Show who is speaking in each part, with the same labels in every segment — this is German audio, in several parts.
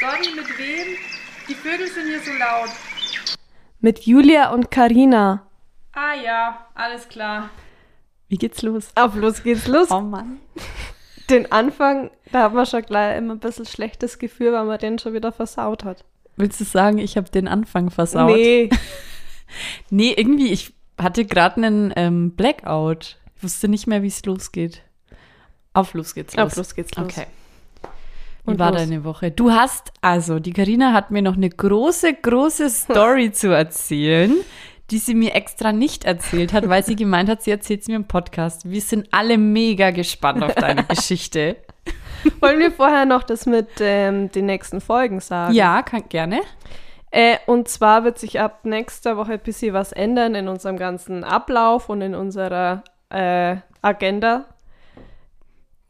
Speaker 1: Mami, mit wem? Die Vögel sind hier so laut.
Speaker 2: Mit Julia und Karina.
Speaker 1: Ah ja, alles klar.
Speaker 3: Wie geht's los?
Speaker 2: Auf los geht's los.
Speaker 3: Oh Mann.
Speaker 2: Den Anfang, da hat man schon gleich immer ein bisschen schlechtes Gefühl, weil man den schon wieder versaut hat.
Speaker 3: Willst du sagen, ich habe den Anfang versaut?
Speaker 2: Nee,
Speaker 3: Nee, irgendwie, ich hatte gerade einen ähm, Blackout. Ich wusste nicht mehr, wie es losgeht. Auf los geht's los.
Speaker 2: auf los geht's los.
Speaker 3: Okay. Wie
Speaker 2: Und
Speaker 3: war
Speaker 2: los.
Speaker 3: deine Woche? Du hast, also, die Karina hat mir noch eine große, große Story zu erzählen, die sie mir extra nicht erzählt hat, weil sie gemeint hat, sie erzählt es mir im Podcast. Wir sind alle mega gespannt auf deine Geschichte.
Speaker 2: Wollen wir vorher noch das mit ähm, den nächsten Folgen sagen?
Speaker 3: Ja, kann, gerne.
Speaker 2: Äh, und zwar wird sich ab nächster Woche ein bisschen was ändern in unserem ganzen Ablauf und in unserer äh, Agenda.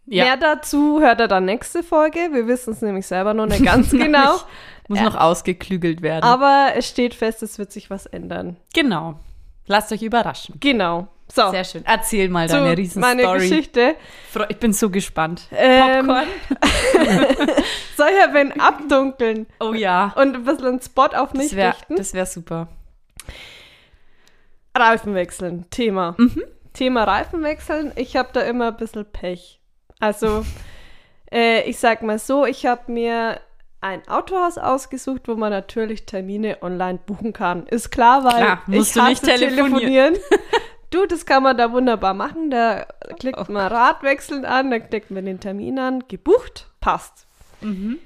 Speaker 3: Ja.
Speaker 2: Mehr dazu hört er dann nächste Folge. Wir wissen es nämlich selber noch nicht ganz genau.
Speaker 3: Muss noch ausgeklügelt werden.
Speaker 2: Aber es steht fest, es wird sich was ändern.
Speaker 3: genau. Lasst euch überraschen.
Speaker 2: Genau. So,
Speaker 3: Sehr schön. Erzähl mal
Speaker 2: zu
Speaker 3: deine riesen
Speaker 2: meine
Speaker 3: Story.
Speaker 2: Geschichte.
Speaker 3: Fre- Ich bin so gespannt.
Speaker 2: Ähm,
Speaker 3: Popcorn?
Speaker 2: Soll ja wenn abdunkeln
Speaker 3: Oh ja.
Speaker 2: und ein bisschen einen Spot auf mich
Speaker 3: Das wäre
Speaker 2: richten.
Speaker 3: wär super.
Speaker 2: Reifen wechseln, Thema.
Speaker 3: Mhm.
Speaker 2: Thema Reifen wechseln, ich habe da immer ein bisschen Pech. Also, äh, ich sag mal so, ich habe mir ein Autohaus ausgesucht, wo man natürlich Termine online buchen kann. Ist klar, weil
Speaker 3: Klar,
Speaker 2: ich
Speaker 3: musst du nicht
Speaker 2: hasse
Speaker 3: telefonieren.
Speaker 2: Du, das kann man da wunderbar machen. Da klickt man Radwechseln an, dann klickt man den Termin an. Gebucht, passt. Mhm.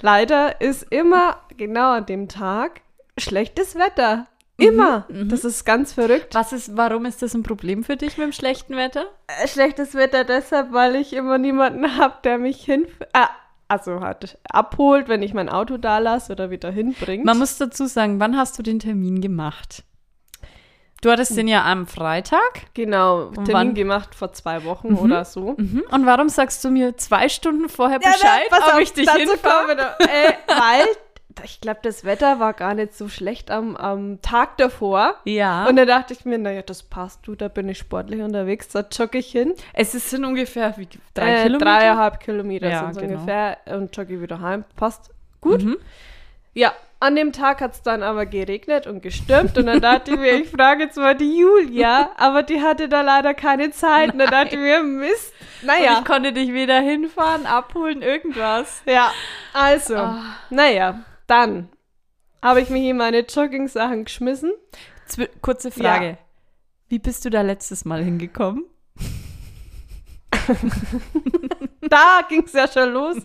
Speaker 2: Leider ist immer genau an dem Tag schlechtes Wetter. Immer. Das ist ganz verrückt.
Speaker 3: Was ist, warum ist das ein Problem für dich mit dem schlechten Wetter?
Speaker 2: Äh, schlechtes Wetter deshalb, weil ich immer niemanden habe, der mich hin, äh, also hat, abholt, wenn ich mein Auto da lasse oder wieder hinbringt.
Speaker 3: Man muss dazu sagen, wann hast du den Termin gemacht? Du hattest den ja am Freitag.
Speaker 2: genau, Termin
Speaker 3: wann?
Speaker 2: gemacht vor zwei Wochen oder so.
Speaker 3: Mhm. Und warum sagst du mir zwei Stunden vorher Bescheid,
Speaker 2: pass
Speaker 3: ob
Speaker 2: auf,
Speaker 3: ich dich
Speaker 2: dazu
Speaker 3: hinfahre?
Speaker 2: kommen wir noch. äh, Weil ich glaube, das Wetter war gar nicht so schlecht am, am Tag davor.
Speaker 3: Ja.
Speaker 2: Und da dachte ich mir, naja, das passt, du, da bin ich sportlich unterwegs, da jogge ich hin.
Speaker 3: es ist- sind ungefähr wie, drei
Speaker 2: äh,
Speaker 3: Kilometer.
Speaker 2: Dreieinhalb Kilometer
Speaker 3: Ja,
Speaker 2: sind so
Speaker 3: genau.
Speaker 2: ungefähr und jogge wieder heim. Passt gut.
Speaker 3: Mhm.
Speaker 2: Ja, an dem Tag hat es dann aber geregnet und gestürmt und dann dachte ich mir, ich frage jetzt mal die Julia, aber die hatte da leider keine Zeit und dann dachte ich mir, Mist,
Speaker 3: Und
Speaker 2: naja.
Speaker 3: ich konnte dich weder hinfahren, abholen, irgendwas.
Speaker 2: Ja, also,
Speaker 3: Ah.
Speaker 2: naja, dann habe ich mich in meine Jogging-Sachen geschmissen.
Speaker 3: Zw kurze Frage. Wie bist du da letztes Mal hingekommen?
Speaker 2: Da ging es ja schon los.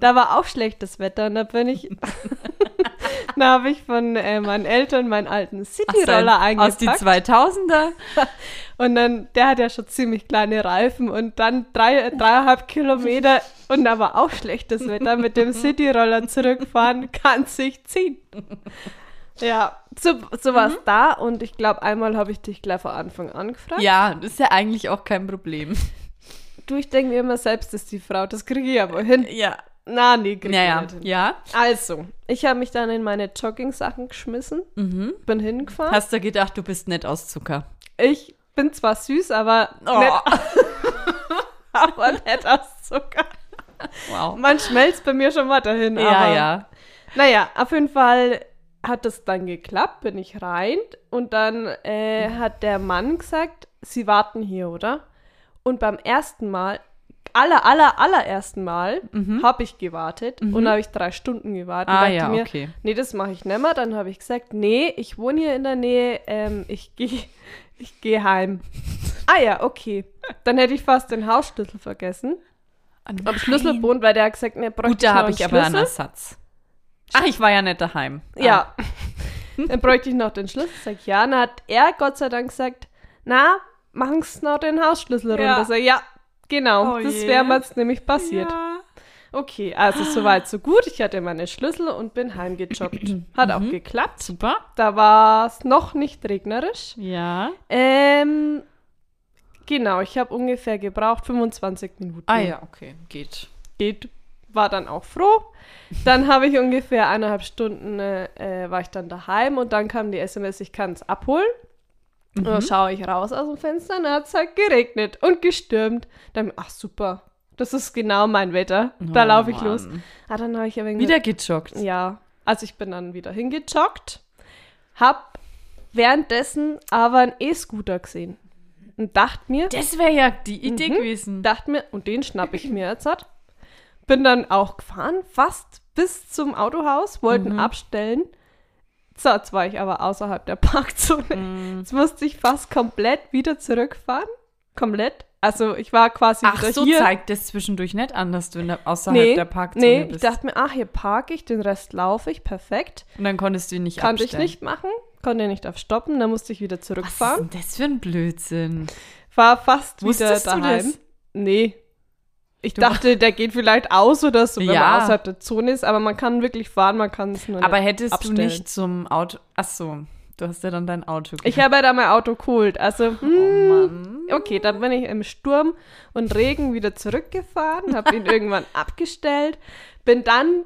Speaker 2: Da war auch schlechtes Wetter und da bin ich, da habe ich von äh, meinen Eltern meinen alten Cityroller
Speaker 3: Ach so, aus die
Speaker 2: eingepackt.
Speaker 3: 2000er?
Speaker 2: Und dann, der hat ja schon ziemlich kleine Reifen und dann drei, dreieinhalb Kilometer und da war auch schlechtes Wetter mit dem Cityroller zurückfahren, kann sich ziehen. Ja, so, so war es
Speaker 3: Mhm.
Speaker 2: da und ich glaube, einmal habe ich dich gleich von Anfang an gefragt.
Speaker 3: Ja, das ist ja eigentlich auch kein Problem.
Speaker 2: Du, ich denke mir immer selbst, dass die Frau, das kriege ich aber hin.
Speaker 3: Ja.
Speaker 2: Na, nee, kriege ich
Speaker 3: Naja,
Speaker 2: nicht hin.
Speaker 3: ja.
Speaker 2: Also, ich habe mich dann in meine Jogging-Sachen geschmissen,
Speaker 3: Mhm.
Speaker 2: bin hingefahren.
Speaker 3: Hast du gedacht, du bist nett aus Zucker?
Speaker 2: ich bin zwar süß, aber,
Speaker 3: Oh.
Speaker 2: nicht, aber nicht aus Zucker.
Speaker 3: Wow.
Speaker 2: Man schmelzt bei mir schon mal dahin.
Speaker 3: Ja,
Speaker 2: aber,
Speaker 3: ja.
Speaker 2: Naja, auf jeden Fall hat es dann geklappt, bin ich rein und dann äh, hat der Mann gesagt, Sie warten hier, oder? Und beim ersten Mal, aller, aller, allerersten Mal, habe ich gewartet und habe ich drei Stunden gewartet.
Speaker 3: Mhm. Ah,
Speaker 2: Dachte
Speaker 3: ja,
Speaker 2: mir,
Speaker 3: okay.
Speaker 2: Nee, das mache ich nimmer. Dann habe ich gesagt, nee, ich wohne hier in der Nähe, ähm, ich gehe ich geh heim. ah ja, okay. Dann hätte ich fast den Hausschlüssel vergessen. Am Schlüsselbund, weil der hat gesagt, ne, bräuchte
Speaker 3: Gut, da
Speaker 2: noch
Speaker 3: habe
Speaker 2: einen
Speaker 3: ich aber einen
Speaker 2: Schlüssel.
Speaker 3: Ersatz. Ach, ich war ja nicht daheim. Ah.
Speaker 2: Ja. Ah. dann bräuchte ich noch den Schlüssel. Sag ich, ja. Dann hat er Gott sei Dank gesagt, na, machen Sie noch den Hausschlüssel
Speaker 3: Ja.
Speaker 2: runter. Sag ich, ja, genau.
Speaker 3: Oh
Speaker 2: das
Speaker 3: je.
Speaker 2: wäre mir jetzt nämlich
Speaker 3: Ah.
Speaker 2: passiert.
Speaker 3: Ja.
Speaker 2: Okay, also soweit, so gut. Ich hatte meine Schlüssel und bin heimgejoggt. Hat
Speaker 3: Mhm.
Speaker 2: auch geklappt.
Speaker 3: Super.
Speaker 2: Da war es noch nicht regnerisch.
Speaker 3: Ja.
Speaker 2: Ähm, genau, ich habe ungefähr gebraucht 25 Minuten.
Speaker 3: Ah ja, okay. Geht.
Speaker 2: geht, war dann auch froh. Dann habe ich ungefähr eineinhalb Stunden, äh, äh, war ich dann daheim und dann kam die SMS, ich kann es abholen. Und
Speaker 3: Mhm.
Speaker 2: dann schaue ich raus aus dem Fenster und dann hat es halt geregnet und gestürmt. Dann, ach super, Das ist genau mein Wetter. Da
Speaker 3: Oh,
Speaker 2: laufe ich los.
Speaker 3: Mann.
Speaker 2: Ah, dann habe ich aber irgendwie-
Speaker 3: Wieder gejoggt.
Speaker 2: Ja, also ich bin dann wieder hingejoggt, hab währenddessen aber einen E-Scooter gesehen und dachte mir,
Speaker 3: Das wäre ja die Idee
Speaker 2: Mhm.
Speaker 3: gewesen.
Speaker 2: dachte mir, und den schnapp ich mir jetzt hat. Bin dann auch gefahren, fast bis zum Autohaus, wollten
Speaker 3: Mhm.
Speaker 2: abstellen. So, jetzt war ich aber außerhalb der Parkzone.
Speaker 3: Mhm.
Speaker 2: Jetzt musste ich fast komplett wieder zurückfahren. Komplett. Also ich war quasi
Speaker 3: Ach,
Speaker 2: wieder
Speaker 3: so
Speaker 2: hier.
Speaker 3: zeigt das zwischendurch nicht an, dass du in der, außerhalb der Parkzone
Speaker 2: nee,
Speaker 3: bist.
Speaker 2: ich dachte mir, ach, hier parke ich, den Rest laufe ich, perfekt.
Speaker 3: Und dann konntest du ihn nicht
Speaker 2: Konnte ich
Speaker 3: abstellen.
Speaker 2: nicht machen, konnte nicht auf Stoppen, dann musste ich wieder
Speaker 3: Was ist
Speaker 2: zurückfahren.
Speaker 3: denn das für ein Blödsinn?
Speaker 2: War fast
Speaker 3: Wusstest du
Speaker 2: wieder daheim.
Speaker 3: das?
Speaker 2: Nee. Ich
Speaker 3: Du-
Speaker 2: dachte, der geht vielleicht aus oder so, wenn
Speaker 3: Ja.
Speaker 2: man außerhalb der Zone ist, aber man kann wirklich fahren, man kann es nur
Speaker 3: Aber
Speaker 2: nicht
Speaker 3: hättest
Speaker 2: abstellen.
Speaker 3: du nicht zum Auto. Ach so, du hast ja dann dein Auto
Speaker 2: Ich habe ja da mein Auto geholt, also
Speaker 3: Oh
Speaker 2: hm,
Speaker 3: Mann.
Speaker 2: okay, dann bin ich im Sturm und Regen wieder zurückgefahren, habe ihn irgendwann abgestellt, bin dann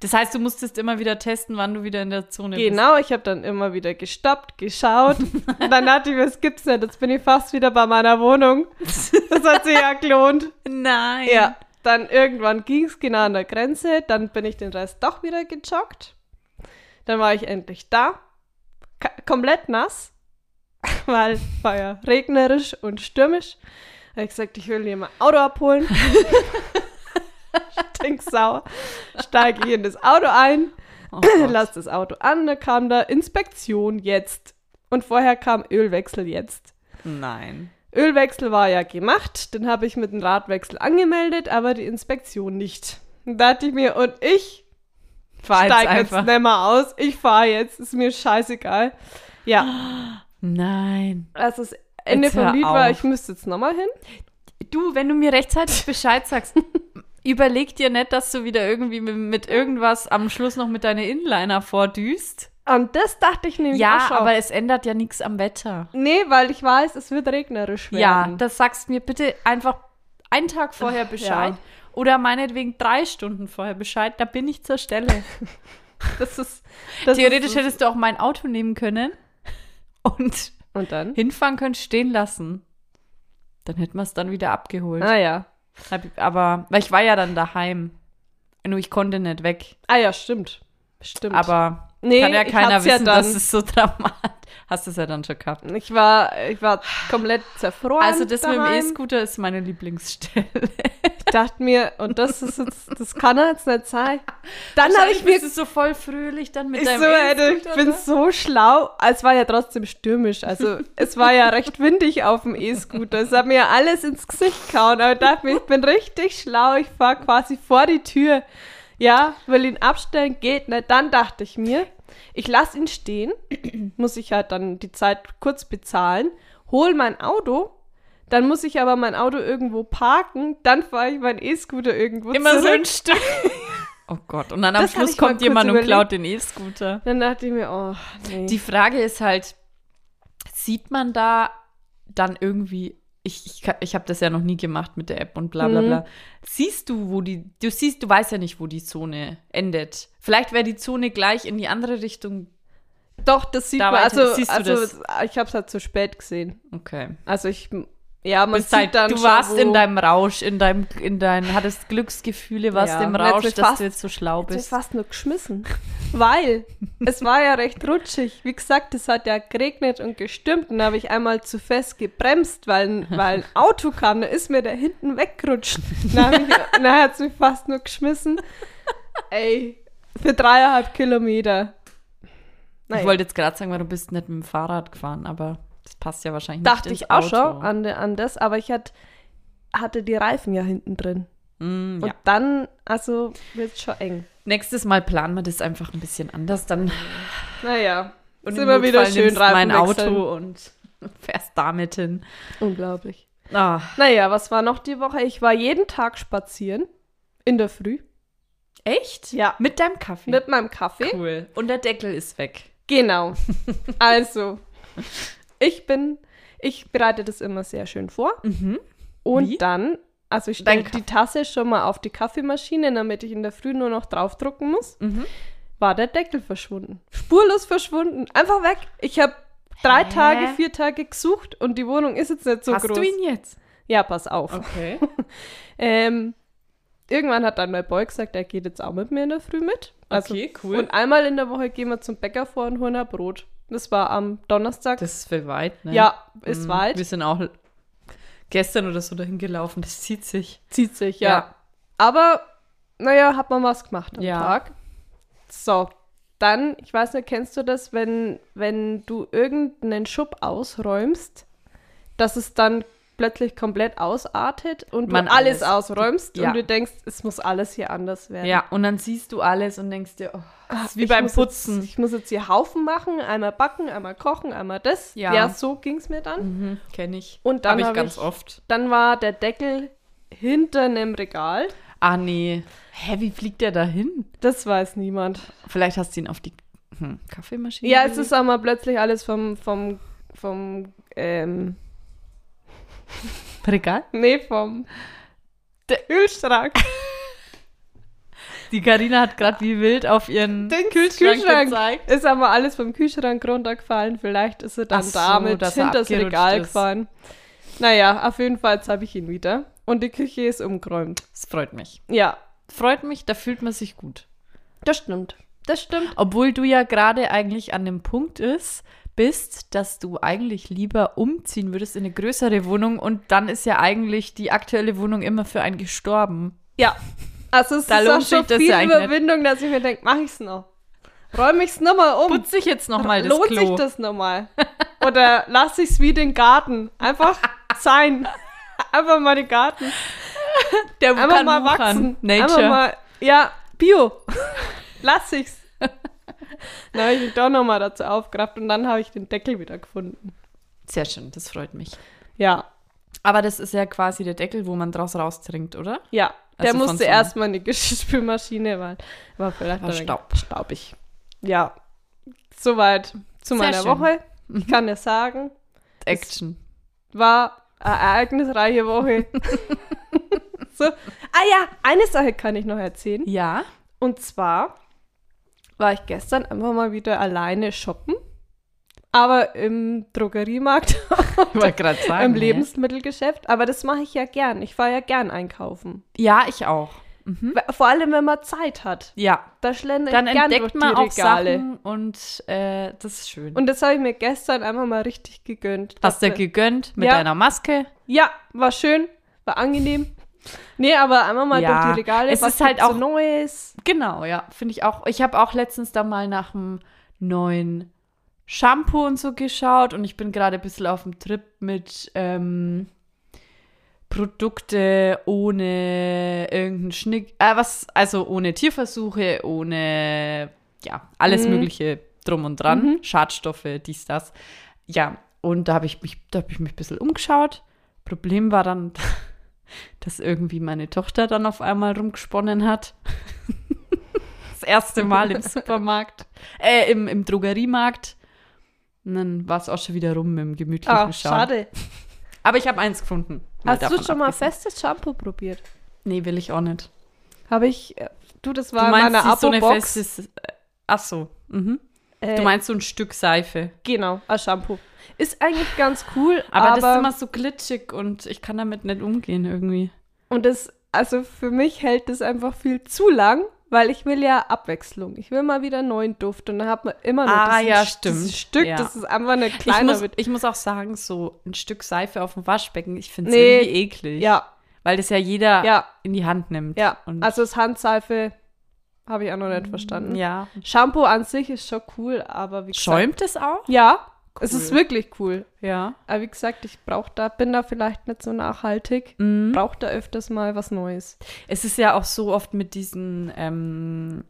Speaker 3: Das heißt, du musstest immer wieder testen, wann du wieder in der Zone bist.
Speaker 2: Genau, ich habe dann immer wieder gestoppt, geschaut. Und dann dachte ich mir, es gibt's nicht. Jetzt bin ich fast wieder bei meiner Wohnung. Das hat sich ja gelohnt.
Speaker 3: Genau. Nein.
Speaker 2: Ja. Dann irgendwann ging's genau an der Grenze. Dann bin ich den Rest doch wieder gejoggt. Dann war ich endlich da. Ka komplett nass. Weil war ja regnerisch und stürmisch. Hab ich gesagt, ich will hier mein Auto abholen. Stinksauer. Steige ich in das Auto ein.
Speaker 3: Oh Gott.
Speaker 2: Lass das Auto an, da kam da Inspektion jetzt. Und vorher kam Ölwechsel jetzt.
Speaker 3: Nein.
Speaker 2: Ölwechsel war ja gemacht, den habe ich mit dem Radwechsel angemeldet, aber die Inspektion nicht. Und da dachte ich mir, und ich
Speaker 3: Fahr jetzt
Speaker 2: steige jetzt
Speaker 3: einfach.
Speaker 2: nicht mehr aus, ich fahre jetzt, ist mir scheißegal. Ja,
Speaker 3: Nein.
Speaker 2: also das Ende
Speaker 3: Jetzt hör
Speaker 2: vom Lied war,
Speaker 3: auf.
Speaker 2: ich müsste jetzt nochmal hin.
Speaker 3: Du, wenn du mir rechtzeitig Bescheid sagst, überleg dir nicht, dass du wieder irgendwie mit, mit irgendwas am Schluss noch mit deine Inliner vordüst.
Speaker 2: Und das dachte ich nämlich auch
Speaker 3: Ja,
Speaker 2: schon.
Speaker 3: aber es ändert ja nichts am Wetter.
Speaker 2: nee, weil ich weiß, es wird regnerisch
Speaker 3: Ja,
Speaker 2: werden.
Speaker 3: das sagst mir bitte einfach einen Tag vorher Bescheid.
Speaker 2: ja.
Speaker 3: Oder meinetwegen drei Stunden vorher Bescheid, da bin ich zur Stelle.
Speaker 2: das ist... Das
Speaker 3: Theoretisch
Speaker 2: ist,
Speaker 3: hättest du auch mein Auto nehmen können und
Speaker 2: Und dann?
Speaker 3: hinfahren können, stehen lassen. Dann hätten wir es dann wieder abgeholt.
Speaker 2: Ah ja.
Speaker 3: Hab- Aber, weil ich war ja dann daheim. Nur ich konnte nicht weg.
Speaker 2: Ah ja, stimmt. Stimmt.
Speaker 3: Aber
Speaker 2: Nee,
Speaker 3: kann ja
Speaker 2: ich
Speaker 3: keiner
Speaker 2: hab's ja
Speaker 3: wissen,
Speaker 2: dann.
Speaker 3: dass es so dramatisch Hast du es ja dann schon gehabt.
Speaker 2: Ich war, ich war komplett zerfroren.
Speaker 3: Also das mit dem
Speaker 2: daheim.
Speaker 3: E-Scooter ist meine Lieblingsstelle.
Speaker 2: Ich dachte mir, und das ist jetzt, das kann er jetzt nicht sein. Dann habe Ah, ich mir
Speaker 3: bist du so voll fröhlich dann mit
Speaker 2: ich
Speaker 3: deinem
Speaker 2: so, ey, ich
Speaker 3: E-Scooter
Speaker 2: bin
Speaker 3: da.
Speaker 2: so schlau. Ah, Es war ja trotzdem stürmisch. Also es war ja recht windig auf dem E-Scooter. Es hat mir ja alles ins Gesicht gehauen. Aber ich dachte mir, ich bin richtig schlau. Ich fahre quasi vor die Tür. Ja, will ihn abstellen, geht nicht. Dann dachte ich mir, ich lasse ihn stehen. Muss ich halt dann die Zeit kurz bezahlen. Hol mein Auto. Dann muss ich aber mein Auto irgendwo parken. Dann fahre ich meinen E-Scooter irgendwo
Speaker 3: Immer so
Speaker 2: zurück.
Speaker 3: ein Stück. Oh Gott, und dann am
Speaker 2: Das hatte
Speaker 3: Schluss
Speaker 2: ich mal
Speaker 3: kommt
Speaker 2: kurz
Speaker 3: jemand und
Speaker 2: überlegt.
Speaker 3: klaut den E-Scooter.
Speaker 2: Dann dachte ich mir, oh, nee.
Speaker 3: Die Frage ist halt, sieht man da dann irgendwie, ich, ich, ka- ich habe das ja noch nie gemacht mit der App und bla bla
Speaker 2: Mhm.
Speaker 3: bla. Siehst du, wo die, du siehst, du weißt ja nicht, wo die Zone endet. Vielleicht wäre die Zone gleich in die andere Richtung.
Speaker 2: Doch, das sieht
Speaker 3: Da
Speaker 2: man.
Speaker 3: weiter-
Speaker 2: Also,
Speaker 3: siehst du
Speaker 2: also
Speaker 3: das?
Speaker 2: ich habe es halt zu spät gesehen.
Speaker 3: Okay.
Speaker 2: Also ich, ja, man
Speaker 3: Bist
Speaker 2: sieht
Speaker 3: halt,
Speaker 2: dann
Speaker 3: du
Speaker 2: schon,
Speaker 3: warst
Speaker 2: wo-
Speaker 3: in deinem Rausch, in deinem, in deinem, hattest Glücksgefühle, warst
Speaker 2: Ja.
Speaker 3: im
Speaker 2: Und jetzt
Speaker 3: Rausch,
Speaker 2: wird
Speaker 3: dass
Speaker 2: fast-
Speaker 3: du jetzt so schlau
Speaker 2: Jetzt hab ich
Speaker 3: bist.
Speaker 2: fast nur geschmissen, weil es war ja recht rutschig. Wie gesagt, es hat ja geregnet und gestürmt und da habe ich einmal zu fest gebremst, weil, weil ein Auto kam, da ist mir da hinten weggerutscht. Da, hab ich- da hat es mich fast nur geschmissen. Ey, für dreieinhalb Kilometer.
Speaker 3: Ich wollte jetzt gerade sagen, weil du bist nicht mit dem Fahrrad gefahren, aber das passt ja wahrscheinlich
Speaker 2: dachte
Speaker 3: nicht ins
Speaker 2: ich auch
Speaker 3: Auto.
Speaker 2: schon an, an das, aber ich hat, hatte die Reifen ja hinten drin.
Speaker 3: Mm,
Speaker 2: Und
Speaker 3: ja.
Speaker 2: dann, also, wird schon eng.
Speaker 3: Nächstes Mal planen wir das einfach ein bisschen anders. Dann
Speaker 2: Naja.
Speaker 3: und
Speaker 2: Und
Speaker 3: im
Speaker 2: immer wieder
Speaker 3: Notfall
Speaker 2: schön
Speaker 3: nimmst
Speaker 2: Reifen
Speaker 3: mein
Speaker 2: wechseln.
Speaker 3: Auto und fährst damit hin.
Speaker 2: Unglaublich.
Speaker 3: Ah,
Speaker 2: Naja, was war noch die Woche? Ich war jeden Tag spazieren. In der Früh.
Speaker 3: Hm. echt?
Speaker 2: Ja.
Speaker 3: Mit deinem Kaffee.
Speaker 2: Mit meinem Kaffee.
Speaker 3: cool. Und der Deckel ist weg.
Speaker 2: Genau. also, ich bin, ich bereite das immer sehr schön vor.
Speaker 3: Mhm.
Speaker 2: Und
Speaker 3: Wie?
Speaker 2: dann, also ich
Speaker 3: Dein
Speaker 2: stelle die Tasse schon mal auf die Kaffeemaschine, damit ich in der Früh nur noch draufdrucken muss.
Speaker 3: Mhm.
Speaker 2: war der Deckel verschwunden. Spurlos verschwunden. Einfach weg. Ich habe drei
Speaker 3: Hä?
Speaker 2: Tage, vier Tage gesucht und die Wohnung ist jetzt nicht so
Speaker 3: Hast
Speaker 2: groß.
Speaker 3: du ihn jetzt?
Speaker 2: Ja, pass auf.
Speaker 3: Okay.
Speaker 2: Ähm, irgendwann hat dann mein Boy gesagt, er geht jetzt auch mit mir in der Früh mit. Also
Speaker 3: Okay, cool.
Speaker 2: Und einmal in der Woche gehen wir zum Bäcker vor und holen ein Brot. Das war am Donnerstag.
Speaker 3: Das ist viel weit, ne?
Speaker 2: ja, halt ist weit.
Speaker 3: Wir sind auch gestern oder so dahin gelaufen. Das zieht sich.
Speaker 2: Zieht sich, ja.
Speaker 3: Ja.
Speaker 2: Aber, naja, hat man was gemacht am
Speaker 3: Ja.
Speaker 2: Tag. So, dann, ich weiß nicht, kennst du das, wenn, wenn du irgendeinen Schub ausräumst, dass es dann plötzlich komplett ausartet und
Speaker 3: Man
Speaker 2: du alles,
Speaker 3: alles.
Speaker 2: ausräumst
Speaker 3: Ja.
Speaker 2: und du denkst, es muss alles hier anders werden.
Speaker 3: Ja, und dann siehst du alles und denkst dir, oh, das ist wie
Speaker 2: Ah, Ich
Speaker 3: beim
Speaker 2: muss
Speaker 3: Putzen.
Speaker 2: Jetzt, ich muss jetzt hier Haufen machen, einmal backen, einmal kochen, einmal das.
Speaker 3: Ja.
Speaker 2: so ging es mir dann.
Speaker 3: Mhm, Kenne ich.
Speaker 2: Und dann
Speaker 3: Hab ich
Speaker 2: hab
Speaker 3: ganz
Speaker 2: ich-
Speaker 3: oft.
Speaker 2: Dann war der Deckel hinter einem Regal.
Speaker 3: Ah, nee. Hä, wie fliegt der da hin?
Speaker 2: Das weiß niemand.
Speaker 3: Vielleicht hast du ihn auf die hm, Kaffeemaschine.
Speaker 2: Ja, es
Speaker 3: gelegt?
Speaker 2: ist einmal plötzlich alles vom, vom, vom, ähm,
Speaker 3: Regal.
Speaker 2: nee, vom der Kühlschrank.
Speaker 3: Die Karina hat gerade wie wild auf ihren
Speaker 2: Den
Speaker 3: Kühlschrank, gezeigt.
Speaker 2: Ist einmal alles vom Kühlschrank runtergefallen. Vielleicht ist er dann
Speaker 3: Ach so,
Speaker 2: damit
Speaker 3: dass er
Speaker 2: hinter das
Speaker 3: abgerutscht
Speaker 2: Regal
Speaker 3: ist.
Speaker 2: gefahren. Naja, auf jeden Fall habe ich ihn wieder. Und die Küche ist umgeräumt.
Speaker 3: Das freut mich.
Speaker 2: Ja,
Speaker 3: Freut mich, da fühlt man sich gut.
Speaker 2: das stimmt. Das stimmt.
Speaker 3: Obwohl du ja gerade eigentlich an dem Punkt ist, bist, dass du eigentlich lieber umziehen würdest in eine größere Wohnung und dann ist ja eigentlich die aktuelle Wohnung immer für einen gestorben.
Speaker 2: Ja. Also es
Speaker 3: Da
Speaker 2: ist auch
Speaker 3: lohnt sich
Speaker 2: schon
Speaker 3: das
Speaker 2: viel
Speaker 3: ja eigentlich nicht.
Speaker 2: Überwindung, dass ich mir denke, mach ich's noch. Räume ich's nochmal um.
Speaker 3: Putze ich jetzt nochmal das
Speaker 2: Lohnt
Speaker 3: Klo.
Speaker 2: sich das nochmal? Oder lass ich's wie den Garten. Einfach sein. Einfach mal den Garten.
Speaker 3: Der
Speaker 2: Einfach
Speaker 3: kann
Speaker 2: mal
Speaker 3: wuchern.
Speaker 2: wachsen.
Speaker 3: Nature.
Speaker 2: Einfach mal, ja, Bio. lass ich's. Dann habe ich mich doch nochmal dazu aufgerafft und dann habe ich den Deckel wieder gefunden.
Speaker 3: Sehr schön, das freut mich.
Speaker 2: Ja,
Speaker 3: Aber das ist ja quasi der Deckel, wo man draus raustrinkt, oder?
Speaker 2: ja. Der
Speaker 3: Also von
Speaker 2: musste
Speaker 3: so-
Speaker 2: erstmal in die Geschirrspülmaschine, weil war vielleicht
Speaker 3: War
Speaker 2: ein wenig
Speaker 3: Staub.
Speaker 2: staubig. Ja, soweit
Speaker 3: Sehr
Speaker 2: zu meiner
Speaker 3: schön.
Speaker 2: Woche. Ich kann dir sagen,
Speaker 3: Action.
Speaker 2: war eine ereignisreiche Woche. so. Ah ja, eine Sache kann ich noch erzählen.
Speaker 3: Ja.
Speaker 2: Und zwar war ich gestern einfach mal wieder alleine shoppen. Aber im Drogeriemarkt,
Speaker 3: Ich wollte gerade sagen. ne?
Speaker 2: im
Speaker 3: hä?
Speaker 2: Lebensmittelgeschäft. Aber das mache ich ja gern. Ich fahre ja gern einkaufen.
Speaker 3: Ja, ich auch.
Speaker 2: Vor allem, wenn man Zeit hat.
Speaker 3: Ja.
Speaker 2: Da schlendere
Speaker 3: Hm? Dann
Speaker 2: ich gern durch
Speaker 3: entdeckt
Speaker 2: die
Speaker 3: man auch
Speaker 2: Regale.
Speaker 3: Sachen und äh, das ist schön.
Speaker 2: Und das habe ich mir gestern einfach mal richtig gegönnt.
Speaker 3: Hast du
Speaker 2: Dass-
Speaker 3: gegönnt mit
Speaker 2: Ja.
Speaker 3: deiner Maske?
Speaker 2: Ja, war schön, war angenehm. Nee, aber einmal mal
Speaker 3: Ja,
Speaker 2: durch die Regale.
Speaker 3: es
Speaker 2: was
Speaker 3: ist halt
Speaker 2: gibt's so
Speaker 3: auch-
Speaker 2: Neues.
Speaker 3: Genau, ja, finde ich auch. Ich habe auch letztens da mal nach einem neuen Shampoo und so geschaut und ich bin gerade ein bisschen auf dem Trip mit ähm, Produkte ohne irgendeinen Schnick, äh, was, also ohne Tierversuche, ohne, ja, alles Mögliche drum und dran, Schadstoffe, dies, das. Ja, und da habe ich mich, da habe ich mich ein bisschen umgeschaut. Problem war dann, dass irgendwie meine Tochter dann auf einmal rumgesponnen hat. Das erste Mal im Supermarkt, äh, im, im Drogeriemarkt. Und dann war es auch schon wieder rum im gemütlichen
Speaker 2: Ah,
Speaker 3: Schauen.
Speaker 2: schade.
Speaker 3: Aber ich habe eins gefunden. Mal
Speaker 2: Hast du
Speaker 3: davon
Speaker 2: schon mal
Speaker 3: abgesehen.
Speaker 2: festes Shampoo probiert?
Speaker 3: Nee, will ich auch nicht.
Speaker 2: Habe ich. äh, Du, das war
Speaker 3: du
Speaker 2: in
Speaker 3: meinst,
Speaker 2: meiner
Speaker 3: sie ist so eine
Speaker 2: Abo-Box.
Speaker 3: festes. äh, Ach so. Mhm.
Speaker 2: äh,
Speaker 3: Du meinst so ein Stück Seife.
Speaker 2: Genau, ein Shampoo. Ist eigentlich ganz cool,
Speaker 3: Aber,
Speaker 2: aber,
Speaker 3: das ist immer so glitschig und ich kann damit nicht umgehen irgendwie.
Speaker 2: und das, also für mich hält das einfach viel zu lang, weil ich will ja Abwechslung. Ich will mal wieder einen neuen Duft und dann hat man immer noch
Speaker 3: Ah,
Speaker 2: diesen,
Speaker 3: ja,
Speaker 2: Sch- dieses
Speaker 3: stimmt.
Speaker 2: Stück,
Speaker 3: Ja.
Speaker 2: das ist einfach eine
Speaker 3: Ich
Speaker 2: kleine.
Speaker 3: muss, ich muss auch sagen, so ein Stück Seife auf dem Waschbecken, ich finde es
Speaker 2: Nee.
Speaker 3: irgendwie eklig.
Speaker 2: ja,
Speaker 3: Weil das ja jeder
Speaker 2: ja,
Speaker 3: in die Hand nimmt.
Speaker 2: ja.
Speaker 3: Und
Speaker 2: Also das Handseife habe ich auch noch nicht verstanden.
Speaker 3: ja.
Speaker 2: Shampoo an sich ist schon cool, aber wie gesagt,
Speaker 3: Schäumt es auch?
Speaker 2: Ja, es ist wirklich cool.
Speaker 3: Ja.
Speaker 2: Aber wie gesagt, ich brauche da, bin da vielleicht nicht so nachhaltig.
Speaker 3: Mhm.
Speaker 2: Brauche da öfters mal was Neues.
Speaker 3: Es ist ja auch so oft mit diesen ähm,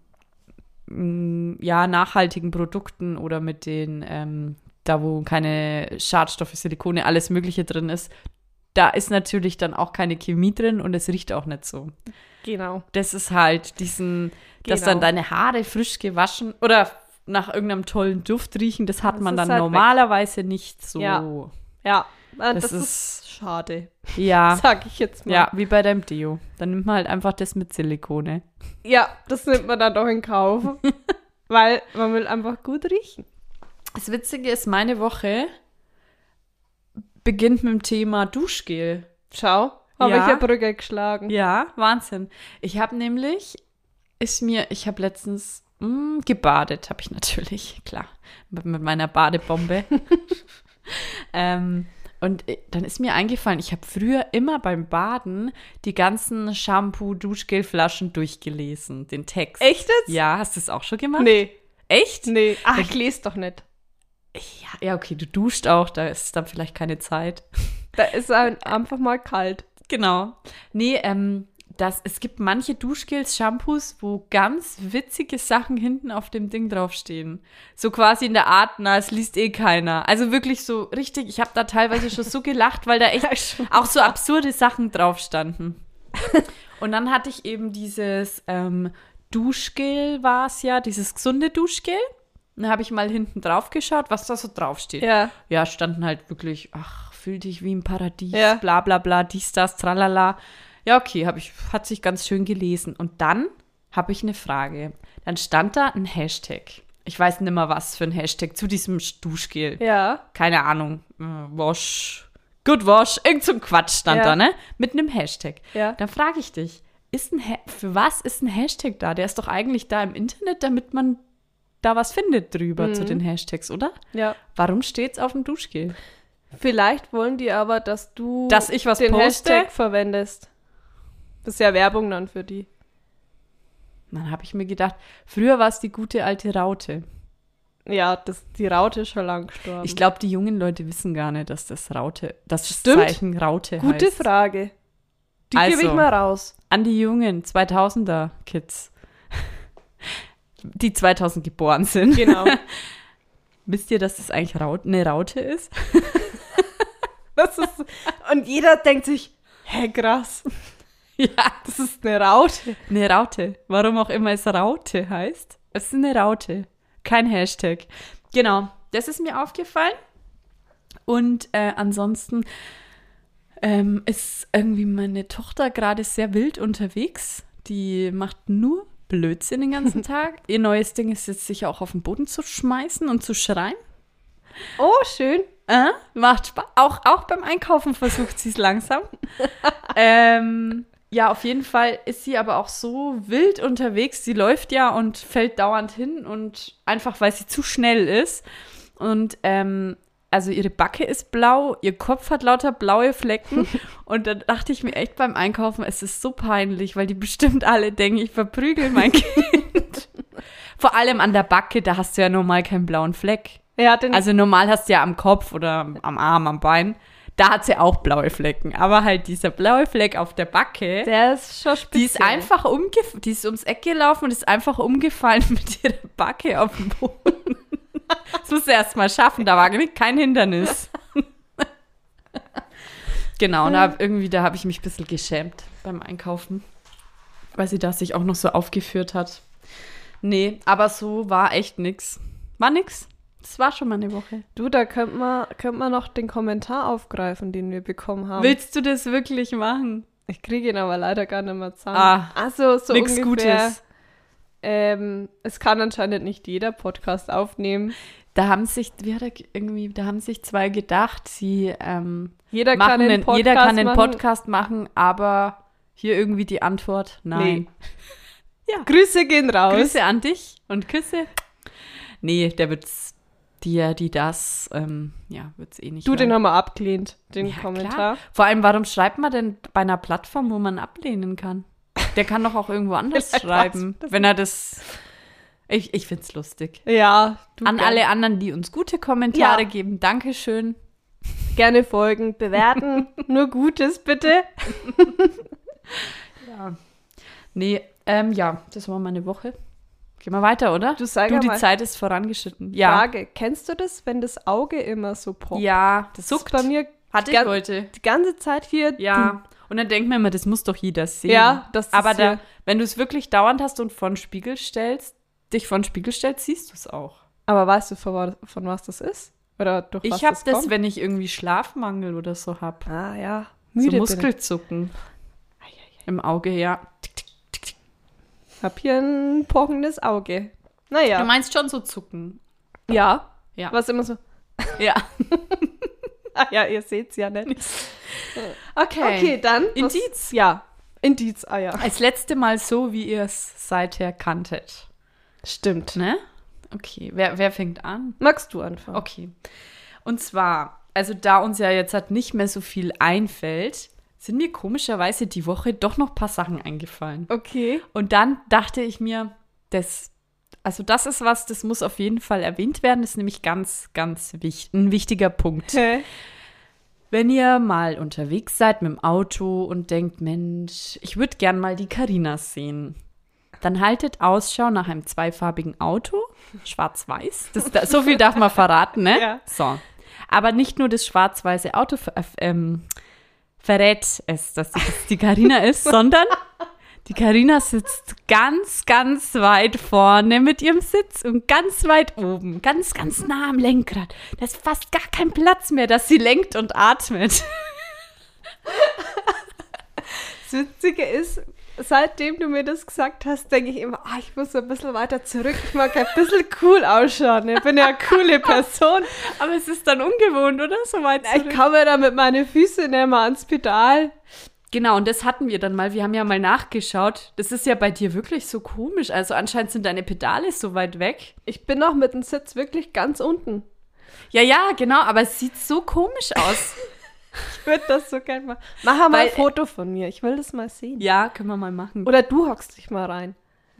Speaker 3: m, ja, nachhaltigen Produkten oder mit den, ähm, da wo keine Schadstoffe, Silikone, alles Mögliche drin ist, da ist natürlich dann auch keine Chemie drin und es riecht auch nicht so.
Speaker 2: Genau.
Speaker 3: Das ist halt diesen, dass
Speaker 2: Genau.
Speaker 3: dann deine Haare frisch gewaschen oder nach irgendeinem tollen Duft riechen, das hat
Speaker 2: Das
Speaker 3: man
Speaker 2: ist
Speaker 3: dann
Speaker 2: halt weg.
Speaker 3: normalerweise nicht so.
Speaker 2: Ja. Ja, äh, das,
Speaker 3: Das
Speaker 2: ist, schade.
Speaker 3: ja.
Speaker 2: Sag ich jetzt mal.
Speaker 3: Ja, wie bei deinem Deo. Dann nimmt man halt einfach das mit Silikone.
Speaker 2: ja, das nimmt man dann doch in Kauf. weil man will einfach gut riechen.
Speaker 3: Das Witzige ist, meine Woche beginnt mit dem Thema Duschgel.
Speaker 2: Schau, habe
Speaker 3: Ja.
Speaker 2: ich ja Brücke geschlagen.
Speaker 3: Ja, Wahnsinn. Ich habe nämlich, ist mir, ich habe letztens mm, gebadet, habe ich natürlich, klar, mit, mit meiner Badebombe. ähm, und äh, dann ist mir eingefallen, ich habe früher immer beim Baden die ganzen Shampoo-Duschgelflaschen durchgelesen, den Text.
Speaker 2: Echt jetzt?
Speaker 3: Ja, hast du es auch schon gemacht?
Speaker 2: Nee,
Speaker 3: Echt?
Speaker 2: nee. Ach, ich lese doch nicht.
Speaker 3: Ja, ja, okay, du duscht auch, da ist dann vielleicht keine Zeit.
Speaker 2: Da ist ein, einfach mal kalt.
Speaker 3: Genau. Nee, ähm, das, es gibt manche Duschgels, Shampoos, wo ganz witzige Sachen hinten auf dem Ding draufstehen. So quasi in der Art, na, es liest eh keiner. Also wirklich so richtig, ich habe da teilweise schon so gelacht, weil da echt auch so absurde Sachen drauf standen. Und dann hatte ich eben dieses ähm, Duschgel war es ja, dieses gesunde Duschgel. Dann habe ich mal hinten drauf geschaut, was da so draufsteht
Speaker 2: Ja.
Speaker 3: ja, standen halt wirklich, ach, fühl dich wie im Paradies,
Speaker 2: Ja.
Speaker 3: bla bla bla, dies, das, tralala. Ja, okay, hab ich, hat sich ganz schön gelesen. Und dann habe ich eine Frage. Dann stand da ein Hashtag. Ich weiß nicht mehr, was für ein Hashtag zu diesem Duschgel.
Speaker 2: Ja.
Speaker 3: Keine Ahnung. äh, Wash. Good Wash. Irgend so ein Quatsch stand
Speaker 2: Ja.
Speaker 3: da, ne? Mit einem Hashtag.
Speaker 2: Ja.
Speaker 3: Dann frage ich dich, ist ein ha für was ist ein Hashtag da? Der ist doch eigentlich da im Internet, damit man da was findet drüber
Speaker 2: Mhm.
Speaker 3: zu den Hashtags, oder?
Speaker 2: Ja.
Speaker 3: Warum steht's auf dem Duschgel?
Speaker 2: Vielleicht wollen die aber, dass du
Speaker 3: Dass ich was
Speaker 2: den
Speaker 3: poste?
Speaker 2: Hashtag verwendest. Das ist ja Werbung dann für die.
Speaker 3: Dann habe ich mir gedacht, früher war es die gute alte Raute.
Speaker 2: Ja, das, die Raute ist schon lang gestorben.
Speaker 3: Ich glaube, die jungen Leute wissen gar nicht, dass das Raute, das
Speaker 2: Stimmt.
Speaker 3: Zeichen Raute
Speaker 2: Gute
Speaker 3: heißt.
Speaker 2: Frage. Die gebe
Speaker 3: Also.
Speaker 2: ich mal raus.
Speaker 3: An die jungen 2000er Kids, die 2000 geboren sind.
Speaker 2: Genau.
Speaker 3: Wisst ihr, dass das eigentlich Raut, eine Raute ist?
Speaker 2: Das ist, und jeder denkt sich, hä, krass,
Speaker 3: ja,
Speaker 2: das ist eine Raute.
Speaker 3: eine Raute. Warum auch immer es Raute heißt. Es ist eine Raute, kein Hashtag. Genau, das ist mir aufgefallen. Und äh, ansonsten ähm, ist irgendwie meine Tochter gerade sehr wild unterwegs. Die macht nur Blödsinn den ganzen Tag. Ihr neues Ding ist jetzt, sich auch auf den Boden zu schmeißen und zu schreien.
Speaker 2: Oh, schön.
Speaker 3: Äh, macht Spaß. Auch, auch beim Einkaufen versucht sie es langsam. ähm, ja, auf jeden Fall ist sie aber auch so wild unterwegs. Sie läuft ja und fällt dauernd hin und einfach, weil sie zu schnell ist. Und ähm, also ihre Backe ist blau, ihr Kopf hat lauter blaue Flecken. und dann dachte ich mir echt beim Einkaufen, es ist so peinlich, weil die bestimmt alle denken, ich verprügel mein Kind. Vor allem an der Backe, da hast du ja normal keinen blauen Fleck.
Speaker 2: Er hat den,
Speaker 3: Also normal hast du ja am Kopf oder am Arm, am Bein. Da hat sie auch blaue Flecken. Aber halt dieser blaue Fleck auf der Backe,
Speaker 2: der ist schon speziell.
Speaker 3: die ist einfach umgefallen, die ist ums Eck gelaufen und ist einfach umgefallen mit ihrer Backe auf den Boden. Das musst du erst mal schaffen, da war kein Hindernis. Genau, und da, irgendwie, da habe ich mich ein bisschen geschämt beim Einkaufen, weil sie das sich auch noch so aufgeführt hat. Nee, aber so war echt nix. War nix. Das war schon mal eine Woche.
Speaker 2: Du, da könnte man, könnte man noch den Kommentar aufgreifen, den wir bekommen haben.
Speaker 3: Willst du das wirklich machen?
Speaker 2: Ich kriege ihn aber leider gar nicht mehr zusammen.
Speaker 3: Ah,
Speaker 2: also so
Speaker 3: Nix
Speaker 2: ungefähr.
Speaker 3: Gutes.
Speaker 2: Ähm, es kann anscheinend nicht jeder Podcast aufnehmen.
Speaker 3: Da haben sich, wie hat er ge- irgendwie, da haben sich zwei gedacht, sie ähm,
Speaker 2: Jeder
Speaker 3: machen
Speaker 2: kann den
Speaker 3: einen,
Speaker 2: Podcast
Speaker 3: jeder kann einen
Speaker 2: machen.
Speaker 3: Podcast machen, aber hier irgendwie die Antwort, nein.
Speaker 2: Grüße gehen raus.
Speaker 3: Grüße an dich und Küsse. Nee, der wird's, die, die das, ähm, ja, wird's eh nicht.
Speaker 2: Du, den
Speaker 3: hören.
Speaker 2: haben wir abgelehnt, den
Speaker 3: Ja,
Speaker 2: Kommentar.
Speaker 3: klar. Vor allem, warum schreibt man denn bei einer Plattform, wo man ablehnen kann? Der kann doch auch irgendwo anders
Speaker 2: Vielleicht
Speaker 3: schreiben, wenn er das. Ich, ich find's lustig.
Speaker 2: Ja, du äh,
Speaker 3: An
Speaker 2: gern.
Speaker 3: alle anderen, die uns gute Kommentare
Speaker 2: Ja.
Speaker 3: geben, Dankeschön.
Speaker 2: gerne folgen, bewerten. Nur Gutes bitte.
Speaker 3: Nee, ähm, ja, das war meine Woche. Gehen wir weiter, oder?
Speaker 2: Du sag
Speaker 3: du die
Speaker 2: einmal.
Speaker 3: Zeit ist vorangeschritten. Ja,
Speaker 2: Frage: Kennst du das, wenn das Auge immer so poppt?
Speaker 3: ja, das
Speaker 2: das
Speaker 3: zuckt.
Speaker 2: ist bei mir
Speaker 3: Hatte ich
Speaker 2: gan-
Speaker 3: heute.
Speaker 2: die ganze Zeit hier.
Speaker 3: Ja. Und dann denkt man immer, das muss doch jeder sehen.
Speaker 2: Ja, das ist
Speaker 3: Aber da,
Speaker 2: hier-
Speaker 3: wenn du es wirklich dauernd hast und vor den Spiegel stellst, dich vor den Spiegel stellst, siehst du es auch.
Speaker 2: Aber weißt du, von, wa- von was das ist? Oder durch was
Speaker 3: ich habe das,
Speaker 2: kommt?
Speaker 3: wenn ich irgendwie Schlafmangel oder so habe.
Speaker 2: Ah ja,
Speaker 3: So
Speaker 2: müde bin ich.
Speaker 3: Muskelzucken. Im Auge, ja. Tick, tick, tick, tick.
Speaker 2: Hab hier ein pochendes Auge.
Speaker 3: Du
Speaker 2: Naja,
Speaker 3: meinst schon so Zucken.
Speaker 2: ja.
Speaker 3: Ja.
Speaker 2: Was immer so.
Speaker 3: Ja.
Speaker 2: Ach ja, ihr seht's ja nicht.
Speaker 3: Okay.
Speaker 2: Okay, dann. was-
Speaker 3: Indiz.
Speaker 2: Ja, Indiz, ah ja.
Speaker 3: Als letzte Mal so, wie ihr es seither kanntet.
Speaker 2: Stimmt.
Speaker 3: Ne? Okay, wer, wer fängt an?
Speaker 2: Magst du anfangen?
Speaker 3: Okay. Und zwar, also da uns ja jetzt halt nicht mehr so viel einfällt, sind mir komischerweise die Woche doch noch ein paar Sachen eingefallen.
Speaker 2: Okay.
Speaker 3: Und dann dachte ich mir, das, also das ist was, das muss auf jeden Fall erwähnt werden, das ist nämlich ganz, ganz wichtig, ein wichtiger Punkt.
Speaker 2: Hä?
Speaker 3: Wenn ihr mal unterwegs seid mit dem Auto und denkt, Mensch, ich würde gern mal die Carina sehen. Dann haltet Ausschau nach einem zweifarbigen Auto, schwarz-weiß. Das, da, so viel darf man verraten, ne?
Speaker 2: Ja.
Speaker 3: So. Aber nicht nur das schwarz-weiße Auto ver äh, ähm, verrät es, dass die- dass die Carina ist, sondern die Carina sitzt ganz, ganz weit vorne mit ihrem Sitz und ganz weit oben, ganz, ganz nah am Lenkrad. Da ist fast gar kein Platz mehr, dass sie lenkt und atmet.
Speaker 2: Das Witzige ist, seitdem du mir das gesagt hast, denke ich immer, ah, ich muss so ein bisschen weiter zurück. Ich mag ein bisschen cool ausschauen. Ich bin ja eine coole Person.
Speaker 3: Aber es ist dann ungewohnt, oder? So weit
Speaker 2: Ich komme da mit meinen Füßen nicht mal ans Pedal.
Speaker 3: Genau, und das hatten wir dann mal. Wir haben ja mal nachgeschaut. Das ist ja bei dir wirklich so komisch. Also anscheinend sind deine Pedale so weit weg.
Speaker 2: Ich bin noch mit dem Sitz wirklich ganz unten.
Speaker 3: Ja, ja, genau, aber es sieht so komisch aus.
Speaker 2: Ich würde das so gerne mal. Mach mal
Speaker 3: Weil-
Speaker 2: ein Foto von mir. Ich will das mal sehen.
Speaker 3: ja, können wir mal machen.
Speaker 2: Oder du hockst dich mal rein.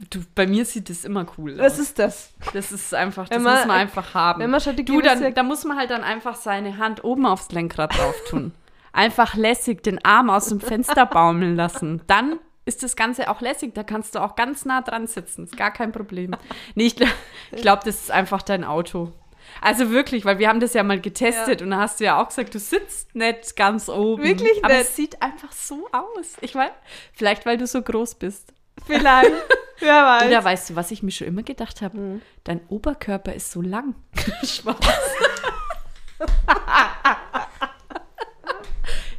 Speaker 3: Du, bei mir sieht das immer cool aus.
Speaker 2: Was ist das?
Speaker 3: Das ist einfach, das
Speaker 2: Wenn man-
Speaker 3: muss man einfach haben.
Speaker 2: wenn man schon die
Speaker 3: du, dann,
Speaker 2: gewisse-
Speaker 3: da muss man halt dann einfach seine Hand oben aufs Lenkrad drauf tun. einfach lässig den Arm aus dem Fenster baumeln lassen. Dann ist das Ganze auch lässig. Da kannst du auch ganz nah dran sitzen. Ist gar kein Problem. Nee, ich, gl- ich glaube, das ist einfach dein Auto. Also wirklich, weil wir haben das ja mal getestet und da hast du ja auch gesagt, du sitzt nicht ganz oben.
Speaker 2: Wirklich
Speaker 3: Aber
Speaker 2: nicht.
Speaker 3: es sieht einfach so aus. Ich meine, vielleicht weil du so groß bist.
Speaker 2: Vielleicht. Wer weiß.
Speaker 3: Oder weißt du, was ich mir schon immer gedacht habe?
Speaker 2: Hm.
Speaker 3: Dein Oberkörper ist so lang. Spaß.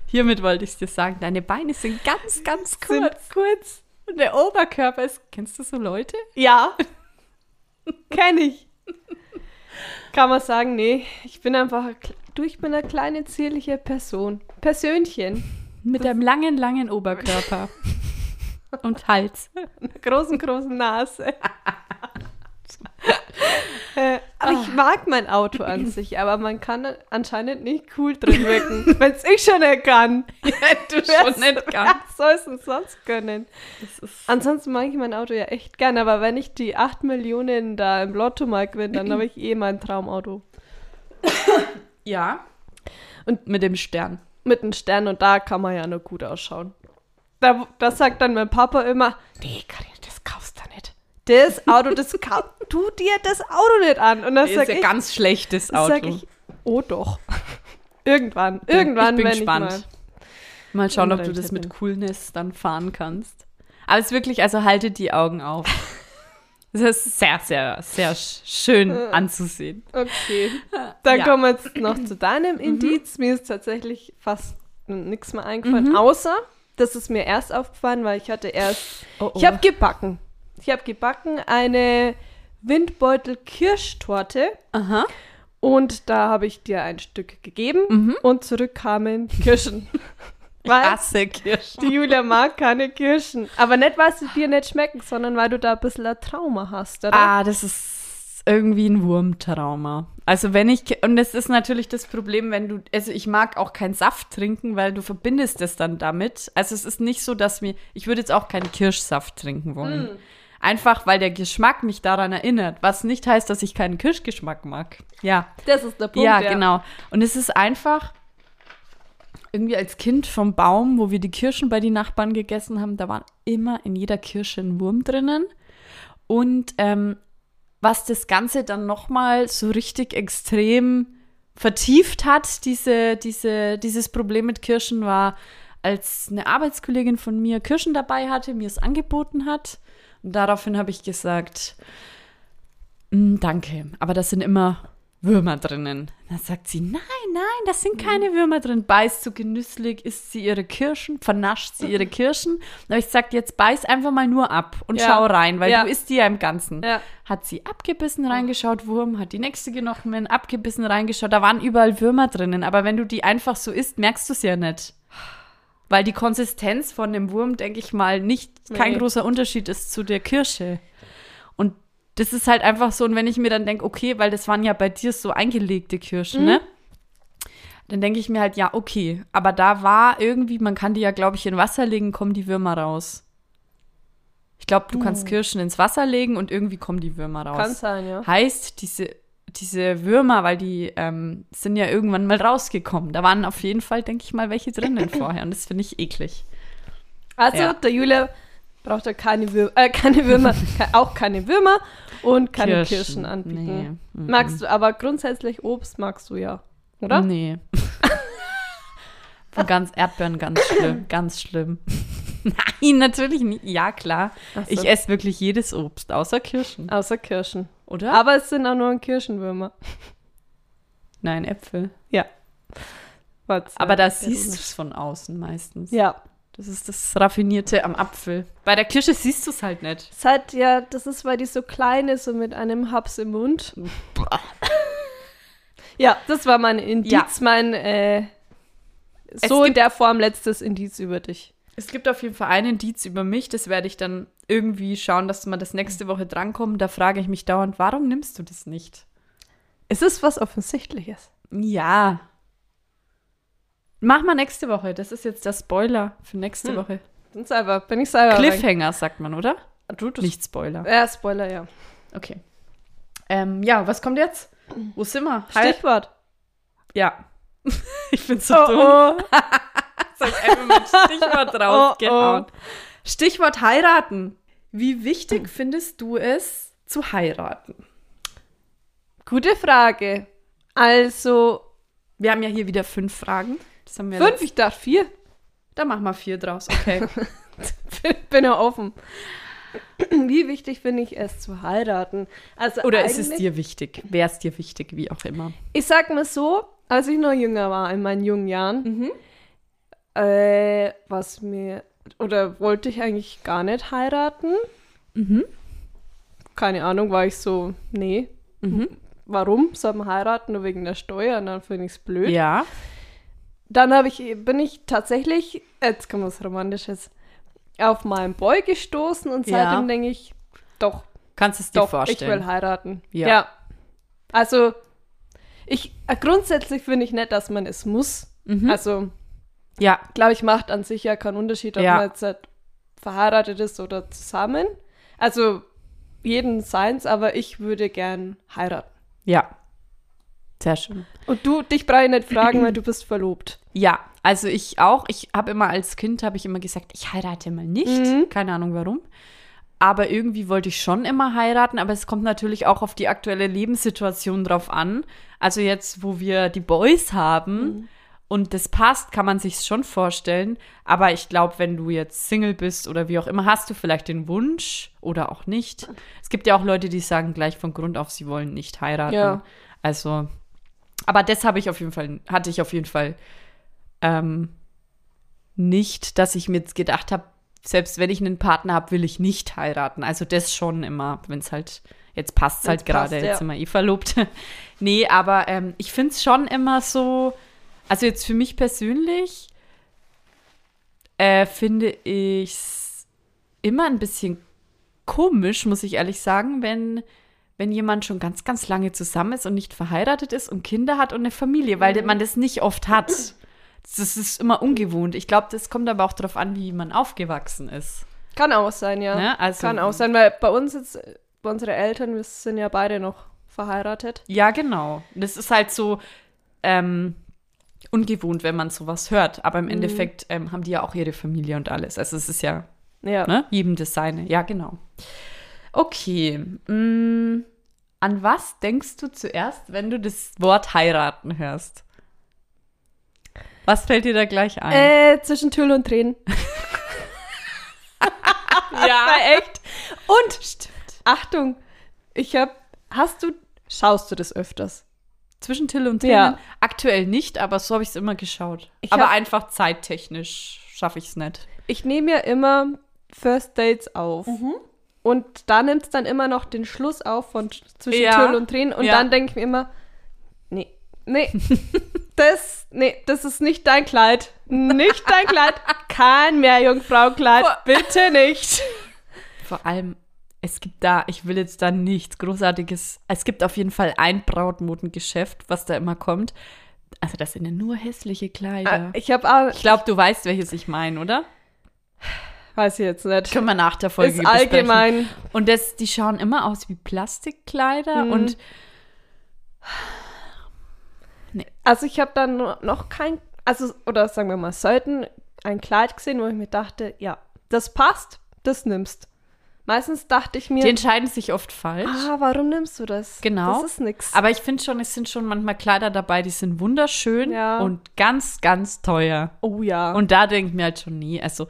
Speaker 3: Hiermit wollte ich es dir sagen. Deine Beine sind ganz, ganz kurz.
Speaker 2: Sind
Speaker 3: kurz. Und der Oberkörper ist. Kennst du so Leute?
Speaker 2: Ja. Kenn ich. Kann man sagen, nee. Ich bin einfach. ein kle- Du, ich bin eine kleine, zierliche Person. Persönchen.
Speaker 3: Mit einem langen, langen Oberkörper. Und Hals.
Speaker 2: Einer großen, großen Nase. äh, aber
Speaker 3: Ah.
Speaker 2: ich mag mein Auto an sich, aber man kann anscheinend nicht cool drin wirken. Wenn's ich schon nicht kann.
Speaker 3: du
Speaker 2: Wer's- Wer soll es denn sonst können? Ansonsten mag ich mein Auto ja echt gern, aber wenn ich die 8 Millionen da im Lotto mal gewinne, dann habe ich eh mein Traumauto.
Speaker 3: Ja. Und mit dem Stern.
Speaker 2: Mit einem Stern und da kann man ja nur gut ausschauen. Da, das sagt dann mein Papa immer, nee, Karin, das kaufst du nicht. Das Auto, das kaufst du dir das Auto nicht an. Und dann
Speaker 3: Das ist
Speaker 2: sage
Speaker 3: ja
Speaker 2: ich,
Speaker 3: ganz schlechtes
Speaker 2: dann
Speaker 3: Auto.
Speaker 2: sag ich, oh doch. Irgendwann,
Speaker 3: ich
Speaker 2: irgendwann,
Speaker 3: bin
Speaker 2: wenn
Speaker 3: gespannt.
Speaker 2: ich mal.
Speaker 3: Mal schauen, ob du
Speaker 2: Unbedingt
Speaker 3: das mit
Speaker 2: bin.
Speaker 3: Coolness dann fahren kannst. Aber es ist wirklich, also haltet die Augen auf. Es ist sehr, sehr, sehr sch- schön anzusehen.
Speaker 2: Okay. Dann
Speaker 3: Ja. Mhm.
Speaker 2: kommen wir jetzt noch zu deinem Indiz. Mir ist tatsächlich fast nichts mehr eingefallen,
Speaker 3: Mhm.
Speaker 2: außer, das ist mir erst aufgefallen, weil ich hatte erst,
Speaker 3: Oh, oh.
Speaker 2: ich habe gebacken. Ich habe gebacken eine Windbeutel-Kirschtorte
Speaker 3: Aha.
Speaker 2: und da habe ich dir ein Stück gegeben
Speaker 3: Mhm.
Speaker 2: und zurück kamen Kirschen. weil
Speaker 3: Asse Kirschen.
Speaker 2: die Julia mag keine Kirschen. Aber nicht, weil sie dir nicht schmecken, sondern weil du da ein bisschen ein Trauma hast, oder?
Speaker 3: Ah, das ist irgendwie ein Wurmtrauma. Also wenn ich, und das ist natürlich das Problem, wenn du, also ich mag auch keinen Saft trinken, weil du verbindest es dann damit. Also es ist nicht so, dass mir, ich würde jetzt auch keinen Kirschsaft trinken wollen.
Speaker 2: Hm.
Speaker 3: Einfach, weil der Geschmack mich daran erinnert, was nicht heißt, dass ich keinen Kirschgeschmack mag. Ja,
Speaker 2: Das ist der Punkt.
Speaker 3: ja, genau. Und es ist einfach irgendwie als Kind vom Baum, wo wir die Kirschen bei den Nachbarn gegessen haben, da waren immer in jeder Kirsche ein Wurm drinnen. Und ähm, was das Ganze dann nochmal so richtig extrem vertieft hat, diese, diese, dieses Problem mit Kirschen, war, als eine Arbeitskollegin von mir Kirschen dabei hatte, mir es angeboten hat. Und daraufhin habe ich gesagt, "Mm, danke, aber das sind immer Würmer drinnen. Dann sagt sie, nein, nein, das sind keine Würmer drin. Beißt so genüsslich, isst sie ihre Kirschen, vernascht sie ihre Kirschen. Aber ich sag jetzt beiß einfach mal nur ab und
Speaker 2: Ja.
Speaker 3: schau rein, weil
Speaker 2: Ja.
Speaker 3: du isst die ja im Ganzen.
Speaker 2: Ja.
Speaker 3: Hat sie abgebissen, reingeschaut, Wurm, hat die nächste genommen, abgebissen, reingeschaut. Da waren überall Würmer drinnen. Aber wenn du die einfach so isst, merkst du es ja nicht. Weil die Konsistenz von dem Wurm, denke ich mal, nicht kein
Speaker 2: Nee.
Speaker 3: großer Unterschied ist zu der Kirsche. Und das ist halt einfach so, und wenn ich mir dann denke, okay, weil das waren ja bei dir so eingelegte Kirschen,
Speaker 2: Mhm.
Speaker 3: ne? Dann denke ich mir halt, ja, okay. Aber da war irgendwie, man kann die ja, glaube ich, in Wasser legen, kommen die Würmer raus. Ich glaube, du
Speaker 2: Oh.
Speaker 3: kannst Kirschen ins Wasser legen und irgendwie kommen die Würmer raus.
Speaker 2: Kann sein, ja.
Speaker 3: Heißt, diese, diese Würmer, weil die ähm, sind ja irgendwann mal rausgekommen. Da waren auf jeden Fall, denke ich mal, welche drinnen vorher. Und das finde ich eklig.
Speaker 2: Also,
Speaker 3: Ja.
Speaker 2: der Julia braucht ja keine, Wür äh, keine Würmer, ke auch keine Würmer und keine Kirschen,
Speaker 3: Kirschen,
Speaker 2: anbieten.
Speaker 3: nee, mhm.
Speaker 2: Magst du, aber grundsätzlich Obst magst du ja, oder?
Speaker 3: Nee. Von ganz Erdbeeren ganz schlimm, ganz schlimm. Nein, natürlich nicht. Ja, klar.
Speaker 2: Ach so.
Speaker 3: Ich esse wirklich jedes Obst, außer Kirschen.
Speaker 2: Außer Kirschen.
Speaker 3: Oder?
Speaker 2: Aber es sind auch nur Kirschenwürmer.
Speaker 3: Nein, Äpfel.
Speaker 2: Warte,
Speaker 3: Aber da
Speaker 2: der
Speaker 3: siehst du
Speaker 2: Rune.
Speaker 3: es von außen meistens.
Speaker 2: Ja.
Speaker 3: Das ist das Raffinierte am Apfel. Bei der Kirsche siehst du es halt nicht.
Speaker 2: Es hat ja, das ist, weil die so klein ist und mit einem Haps im Mund. ja, das war mein Indiz,
Speaker 3: Ja.
Speaker 2: mein äh, so in
Speaker 3: gibt-
Speaker 2: der Form letztes Indiz über dich.
Speaker 3: Es gibt auf jeden Fall einen Indiz über mich, das werde ich dann irgendwie schauen, dass wir das nächste Woche drankommen. Da frage ich mich dauernd, warum nimmst du das nicht?
Speaker 2: Es ist was Offensichtliches.
Speaker 3: Ja. Mach mal nächste Woche. Das ist jetzt der Spoiler für nächste
Speaker 2: Hm.
Speaker 3: Woche.
Speaker 2: Bin selber, bin ich selber.
Speaker 3: Cliffhanger, sagt man, oder?
Speaker 2: rein- Du, das-
Speaker 3: Nicht Spoiler.
Speaker 2: Ja, Spoiler, ja.
Speaker 3: Okay. Ähm, ja, was kommt jetzt? Wo sind wir? Halt. Halb?
Speaker 2: Stichwort.
Speaker 3: Ja. ich bin so dumm.
Speaker 2: Oh, oh.
Speaker 3: Jetzt hab ich einfach mein Stichwort rausgehauen.
Speaker 2: Oh,
Speaker 3: Stichwort heiraten. Wie wichtig findest du es, zu heiraten?
Speaker 2: Gute Frage. Also,
Speaker 3: Wir haben ja hier wieder fünf Fragen. Das haben wir
Speaker 2: fünf, ich dachte vier.
Speaker 3: Da machen wir vier draus, okay.
Speaker 2: bin ja offen. Wie wichtig finde ich es zu heiraten? Also
Speaker 3: Oder ist es
Speaker 2: eigentlich-
Speaker 3: dir wichtig? Wäre es dir wichtig, wie auch immer?
Speaker 2: Ich sag mal so, als ich noch jünger war, in meinen jungen Jahren,
Speaker 3: Mhm.
Speaker 2: äh, was mir oder wollte ich eigentlich gar nicht heiraten. Mhm. Keine Ahnung, war ich so, nee.
Speaker 3: Mhm.
Speaker 2: Warum soll man heiraten? Nur wegen der Steuer? Und dann finde ich es blöd.
Speaker 3: Ja.
Speaker 2: Dann habe ich, bin ich tatsächlich, jetzt kommt was Romantisches, auf meinen Boy gestoßen und
Speaker 3: Ja.
Speaker 2: seitdem denke ich, doch,
Speaker 3: Kannst es dir
Speaker 2: doch, ich
Speaker 3: vorstellen?
Speaker 2: will heiraten.
Speaker 3: Ja.
Speaker 2: Also, ich äh, grundsätzlich finde ich nicht, dass man es muss. Also,
Speaker 3: Mhm. ja.
Speaker 2: glaube ich, macht an sich ja keinen Unterschied, ob
Speaker 3: Ja.
Speaker 2: man jetzt halt verheiratet ist oder zusammen. Also, jeden seins, aber ich würde gern heiraten.
Speaker 3: Ja. Sehr schön.
Speaker 2: Und du, dich brauche ich nicht fragen, weil du bist verlobt.
Speaker 3: Ja, also ich auch. Ich habe immer als Kind habe ich immer gesagt, ich heirate mal nicht.
Speaker 2: Mhm.
Speaker 3: Keine Ahnung warum. Aber irgendwie wollte ich schon immer heiraten, aber es kommt natürlich auch auf die aktuelle Lebenssituation drauf an. Also jetzt, wo wir die Boys haben
Speaker 2: Mhm.
Speaker 3: und das passt, kann man sich schon vorstellen. Aber ich glaube, wenn du jetzt Single bist oder wie auch immer, hast du vielleicht den Wunsch oder auch nicht. Es gibt ja auch Leute, die sagen gleich von Grund auf, sie wollen nicht heiraten.
Speaker 2: Ja.
Speaker 3: Also, aber das habe ich auf jeden Fall, hatte ich auf jeden Fall ähm, nicht, dass ich mir jetzt gedacht habe, selbst wenn ich einen Partner habe, will ich nicht heiraten. Also das schon immer, wenn es halt, jetzt passt es halt
Speaker 2: Jetzt passt,
Speaker 3: gerade,
Speaker 2: ja.
Speaker 3: jetzt sind wir eh verlobt. nee, aber ähm, ich finde es schon immer so, also jetzt für mich persönlich äh, finde ich es immer ein bisschen komisch, muss ich ehrlich sagen, wenn, wenn jemand schon ganz, ganz lange zusammen ist und nicht verheiratet ist und Kinder hat und eine Familie, weil man das nicht oft hat. Das ist immer ungewohnt. Ich glaube, das kommt aber auch darauf an, wie man aufgewachsen ist.
Speaker 2: Kann auch sein, ja.
Speaker 3: Ne? Also-
Speaker 2: Kann auch sein, weil bei uns jetzt, äh, bei unsere Eltern, wir sind ja beide noch verheiratet.
Speaker 3: Ja, genau. Das ist halt so ähm, ungewohnt, wenn man sowas hört. Aber im Endeffekt ähm, haben die ja auch ihre Familie und alles. Also es ist ja
Speaker 2: Ja.
Speaker 3: ne? jedem das seine. Ja, genau. Okay. mm, an was denkst du zuerst, wenn du das Wort heiraten hörst? Was fällt dir da gleich ein?
Speaker 2: Äh, zwischen Tüll und Tränen.
Speaker 3: ja, echt. Und stimmt.
Speaker 2: Achtung, ich hab, hast du, schaust du das öfters?
Speaker 3: Zwischen Till und Tränen.
Speaker 2: Ja.
Speaker 3: Aktuell nicht, aber so habe ich es immer geschaut.
Speaker 2: Ich
Speaker 3: aber
Speaker 2: hab-
Speaker 3: einfach zeittechnisch schaffe ich es nicht.
Speaker 2: Ich nehme ja immer First Dates auf.
Speaker 3: Mhm.
Speaker 2: Und da nimmt es dann immer noch den Schluss auf von Sch- zwischen
Speaker 3: Ja.
Speaker 2: Till und Tränen. Und
Speaker 3: Ja.
Speaker 2: dann denke ich mir immer, nee, nee, das, nee, das ist nicht dein Kleid. Nicht dein Kleid. Kein Meerjungfrau-Kleid.
Speaker 3: Vor-
Speaker 2: Bitte nicht.
Speaker 3: Vor allem, es gibt da, ich will jetzt da nichts Großartiges. Es gibt auf jeden Fall ein Brautmodengeschäft, was da immer kommt. Also das sind ja nur hässliche Kleider.
Speaker 2: Ich habe auch,
Speaker 3: Ich glaube, du weißt, welches ich meine, oder?
Speaker 2: weiß ich jetzt nicht.
Speaker 3: Können wir nach der Folge
Speaker 2: ist
Speaker 3: besprechen.
Speaker 2: allgemein.
Speaker 3: Und das, die schauen immer aus wie Plastikkleider
Speaker 2: Mhm.
Speaker 3: und
Speaker 2: Also ich habe dann no- noch kein, also oder sagen wir mal selten ein Kleid gesehen, wo ich mir dachte, ja, das passt, das nimmst. Meistens dachte ich mir,
Speaker 3: die entscheiden sich oft falsch.
Speaker 2: ah, warum nimmst du das?
Speaker 3: Genau.
Speaker 2: Das ist nix.
Speaker 3: Aber ich finde schon, es sind schon manchmal Kleider dabei, die sind wunderschön
Speaker 2: Ja.
Speaker 3: und ganz, ganz teuer.
Speaker 2: oh ja.
Speaker 3: Und da denke ich mir halt schon nie. Also,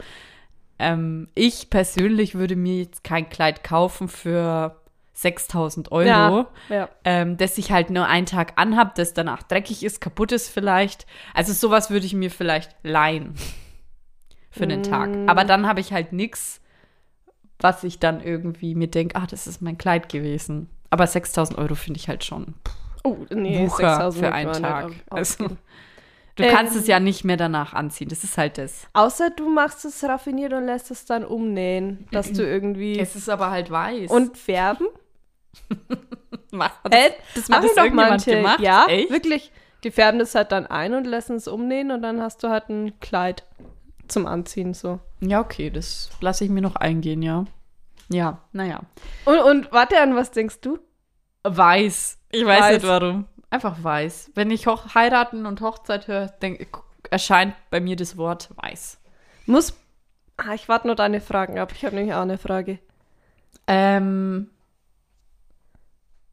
Speaker 3: ähm, ich persönlich würde mir jetzt kein Kleid kaufen für 6000 Euro,
Speaker 2: ja, ja.
Speaker 3: ähm, das ich halt nur einen Tag anhab, das danach dreckig ist, kaputt ist vielleicht. Also, sowas würde ich mir vielleicht leihen. Für einen Tag.
Speaker 2: Mm.
Speaker 3: Aber dann habe ich halt nichts, was ich dann irgendwie mir denke, ah, das ist mein Kleid gewesen. Aber 6000 Euro finde ich halt schon
Speaker 2: Oh, nee,
Speaker 3: Wucher
Speaker 2: 6000
Speaker 3: für einen
Speaker 2: wird man
Speaker 3: Tag.
Speaker 2: nicht ne, auf-
Speaker 3: Also,
Speaker 2: ausgeben.
Speaker 3: du
Speaker 2: Ähm.
Speaker 3: kannst es ja nicht mehr danach anziehen. Das ist halt das.
Speaker 2: Außer du machst es raffiniert und lässt es dann umnähen, dass du irgendwie
Speaker 3: Es ist Also aber halt weiß.
Speaker 2: und färben.
Speaker 3: macht
Speaker 2: Äh, das
Speaker 3: hat
Speaker 2: machen
Speaker 3: das
Speaker 2: doch
Speaker 3: irgendjemand
Speaker 2: manche.
Speaker 3: gemacht?
Speaker 2: Ja,
Speaker 3: Echt?
Speaker 2: wirklich. Die färben das halt dann ein und lassen es umnähen und dann hast du halt ein Kleid zum Anziehen so.
Speaker 3: Ja, okay, das lasse ich mir noch eingehen, ja. Ja, naja.
Speaker 2: Und, und warte an, was denkst du?
Speaker 3: Weiß. Ich weiß,
Speaker 2: Weiß.
Speaker 3: nicht warum. Einfach weiß. Wenn ich hoch heiraten und Hochzeit höre, denk, erscheint bei mir das Wort weiß.
Speaker 2: Muss. Ah, ich warte nur deine Fragen ab. Ich habe nämlich auch eine Frage.
Speaker 3: Ähm.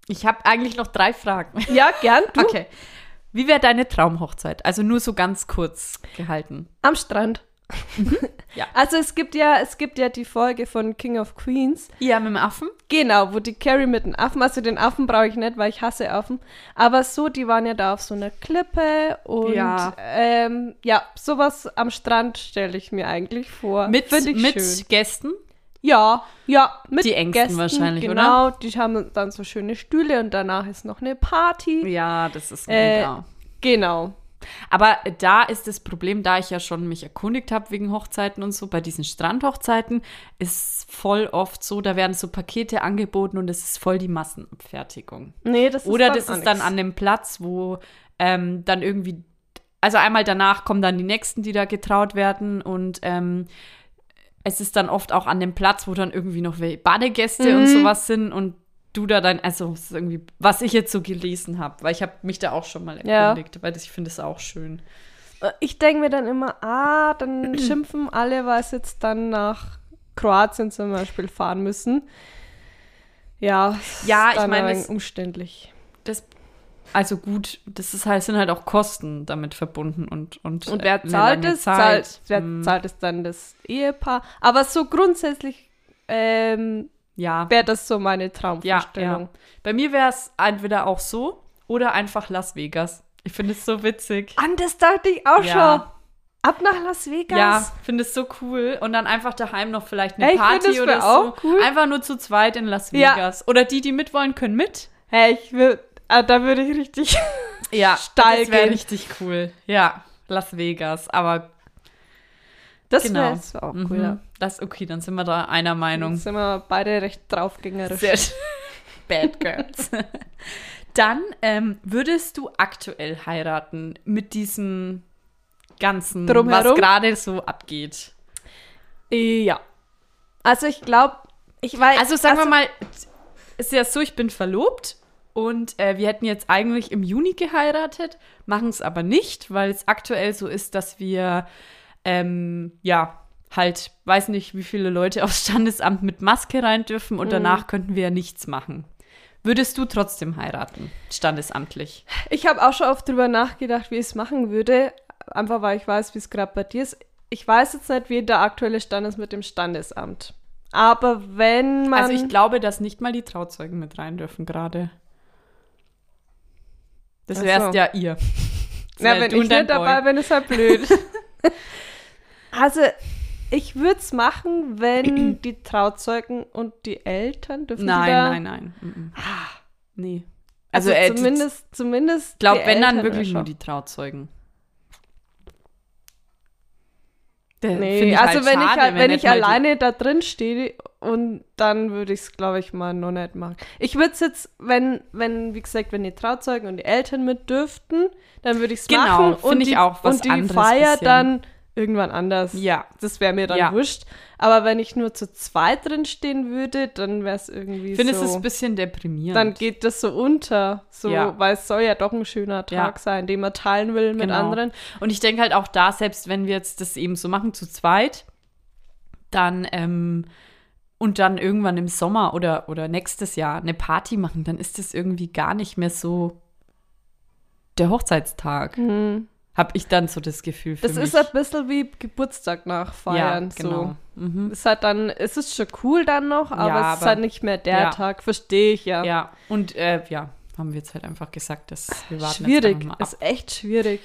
Speaker 3: Ich habe eigentlich noch drei Fragen.
Speaker 2: Ja, gern. Du?
Speaker 3: Okay. Wie wäre deine Traumhochzeit? Also nur so ganz kurz gehalten.
Speaker 2: Am Strand.
Speaker 3: Mhm. Ja.
Speaker 2: Also es gibt ja, es gibt ja die Folge von King of Queens.
Speaker 3: Ja, mit dem Affen?
Speaker 2: Genau, wo die Carrie mit dem Affen, also den Affen brauche ich nicht, weil ich hasse Affen. Aber so, die waren ja da auf so einer Klippe und
Speaker 3: Ja.
Speaker 2: ähm, ja sowas am Strand stelle ich mir eigentlich vor.
Speaker 3: Mit,
Speaker 2: Find ich
Speaker 3: mit
Speaker 2: schön.
Speaker 3: Gästen?
Speaker 2: Ja, ja, mit
Speaker 3: Die Ängsten
Speaker 2: Gästen,
Speaker 3: wahrscheinlich, oder?
Speaker 2: genau, Genau, die haben dann so schöne Stühle und danach ist noch eine Party.
Speaker 3: Ja, das ist
Speaker 2: Äh,
Speaker 3: mega.
Speaker 2: Genau.
Speaker 3: Aber da ist das Problem, da ich ja schon mich erkundigt habe wegen Hochzeiten und so, bei diesen Strandhochzeiten ist voll oft so, da werden so Pakete angeboten und es ist voll die Massenabfertigung.
Speaker 2: Nee, das ist
Speaker 3: Oder
Speaker 2: dann
Speaker 3: das
Speaker 2: auch
Speaker 3: ist dann
Speaker 2: nix.
Speaker 3: an dem Platz, wo ähm, dann irgendwie, also einmal danach kommen dann die Nächsten, die da getraut werden und ähm, es ist dann oft auch an dem Platz, wo dann irgendwie noch wel- Badegäste
Speaker 2: Mhm.
Speaker 3: und sowas sind und du da dann, also es ist irgendwie, was ich jetzt so gelesen habe, weil ich habe mich da auch schon mal
Speaker 2: Ja.
Speaker 3: erkundigt, weil das, ich finde es auch schön.
Speaker 2: Äh, Ich denke mir dann immer, ah, dann schimpfen alle, weil sie jetzt dann nach Kroatien zum Beispiel fahren müssen. Ja, es
Speaker 3: Ja, ich
Speaker 2: dann
Speaker 3: meine,
Speaker 2: ein
Speaker 3: das-
Speaker 2: wenig umständlich.
Speaker 3: Das, also gut, das ist halt, sind halt auch Kosten damit verbunden und und,
Speaker 2: Und
Speaker 3: äh,
Speaker 2: wer
Speaker 3: eine
Speaker 2: zahlt
Speaker 3: lange
Speaker 2: es?
Speaker 3: Zeit.
Speaker 2: Zahlt, wer
Speaker 3: Hm,
Speaker 2: zahlt es dann das Ehepaar? Aber so grundsätzlich ähm,
Speaker 3: ja.
Speaker 2: wäre das so meine
Speaker 3: Ja,
Speaker 2: Traumvorstellung.
Speaker 3: ja. Bei mir wäre es entweder auch so oder einfach Las Vegas. Ich finde es so witzig.
Speaker 2: An das dachte ich auch schon.
Speaker 3: Ja.
Speaker 2: Ab nach Las Vegas.
Speaker 3: Ja, finde es so cool. Und dann einfach daheim noch vielleicht
Speaker 2: Ey,
Speaker 3: eine
Speaker 2: ich find,
Speaker 3: Party
Speaker 2: das wär
Speaker 3: oder so.
Speaker 2: auch cool.
Speaker 3: Einfach nur zu zweit in Las
Speaker 2: Ja.
Speaker 3: Vegas. Oder die, die mitwollen, können mit.
Speaker 2: Hey, ich will, ah, da würde ich richtig.
Speaker 3: Genau. Ja,
Speaker 2: Steil
Speaker 3: das wäre
Speaker 2: gehen.
Speaker 3: richtig cool. Ja, Las Vegas. Aber
Speaker 2: Das
Speaker 3: genau.
Speaker 2: wäre wär auch cool.
Speaker 3: Mhm.
Speaker 2: ja.
Speaker 3: Das okay, dann sind wir da einer
Speaker 2: Dann
Speaker 3: Meinung.
Speaker 2: sind wir beide recht draufgängerisch.
Speaker 3: Sehr schön. Bad Girls. Dann ähm, würdest du aktuell heiraten mit diesem ganzen,
Speaker 2: Drumherum?
Speaker 3: was gerade so abgeht?
Speaker 2: Ja. Also ich glaube, ich weiß.
Speaker 3: Also sagen wir mal, ist ja so, ich bin verlobt und äh, wir hätten jetzt eigentlich im Juni geheiratet, machen es aber nicht, weil es aktuell so ist, dass wir ähm, ja halt, weiß nicht, wie viele Leute aufs Standesamt mit Maske rein dürfen
Speaker 2: Mhm.
Speaker 3: und danach könnten wir ja nichts machen. Würdest du trotzdem heiraten, standesamtlich?
Speaker 2: Ich habe auch schon oft drüber nachgedacht, wie ich es machen würde. Einfach weil ich weiß, wie es gerade bei dir ist. Ich weiß jetzt nicht, wie der aktuelle Stand ist mit dem Standesamt. Aber wenn man.
Speaker 3: also ich glaube, dass nicht mal die Trauzeugen mit rein dürfen gerade. Das
Speaker 2: Ach
Speaker 3: wärst
Speaker 2: so.
Speaker 3: ja ihr. Äh,
Speaker 2: Na, wenn
Speaker 3: Du und
Speaker 2: ich
Speaker 3: dein
Speaker 2: nicht dabei
Speaker 3: Boy.
Speaker 2: bin, ist halt blöd. also, ich würde es machen, wenn die Trauzeugen und die Eltern dürfen die da,
Speaker 3: Nein, nein, nein. Mm, mm. Nee.
Speaker 2: Ah, Also,
Speaker 3: äh, die-
Speaker 2: zumindest, zumindest.
Speaker 3: Ich glaube,
Speaker 2: die
Speaker 3: wenn dann
Speaker 2: Eltern
Speaker 3: wirklich
Speaker 2: oder
Speaker 3: nur
Speaker 2: so.
Speaker 3: die Trauzeugen.
Speaker 2: Nee, also wenn ich halt, wenn ich alleine da drin stehe und dann würde ich es, glaube ich, mal noch nicht machen. Ich würde es jetzt, wenn, wenn, wie gesagt, wenn die Trauzeugen und die Eltern mit dürften, dann würde ich es
Speaker 3: Genau,
Speaker 2: machen. und
Speaker 3: find ich
Speaker 2: die-
Speaker 3: auch was
Speaker 2: Und die
Speaker 3: anderes
Speaker 2: Feier
Speaker 3: bisschen.
Speaker 2: dann irgendwann anders.
Speaker 3: Ja.
Speaker 2: Das wäre mir dann
Speaker 3: Ja.
Speaker 2: wurscht. Aber wenn ich nur zu zweit drin stehen würde, dann wäre es irgendwie
Speaker 3: Findest du es
Speaker 2: so.
Speaker 3: ein bisschen deprimierend?
Speaker 2: dann geht das so unter, so,
Speaker 3: Ja.
Speaker 2: weil es soll ja doch ein schöner
Speaker 3: Ja.
Speaker 2: Tag sein, den man teilen will mit
Speaker 3: Genau.
Speaker 2: anderen.
Speaker 3: Und ich denke halt auch da, selbst wenn wir jetzt das eben so machen, zu zweit, dann ähm, und dann irgendwann im Sommer oder, oder nächstes Jahr eine Party machen, dann ist das irgendwie gar nicht mehr so der Hochzeitstag. Hab ich dann so das Gefühl für
Speaker 2: Mhm. Das
Speaker 3: mich.
Speaker 2: ist ein bisschen wie Geburtstag nachfeiern.
Speaker 3: Ja, genau.
Speaker 2: so. Es hat dann, es ist schon cool dann noch, aber
Speaker 3: Ja,
Speaker 2: es ist
Speaker 3: aber-
Speaker 2: halt nicht mehr der
Speaker 3: Ja.
Speaker 2: Tag, verstehe ich ja.
Speaker 3: Ja, und äh, ja, haben wir jetzt halt einfach gesagt, dass wir warten
Speaker 2: Schwierig,
Speaker 3: jetzt einfach mal ab.
Speaker 2: ist echt schwierig.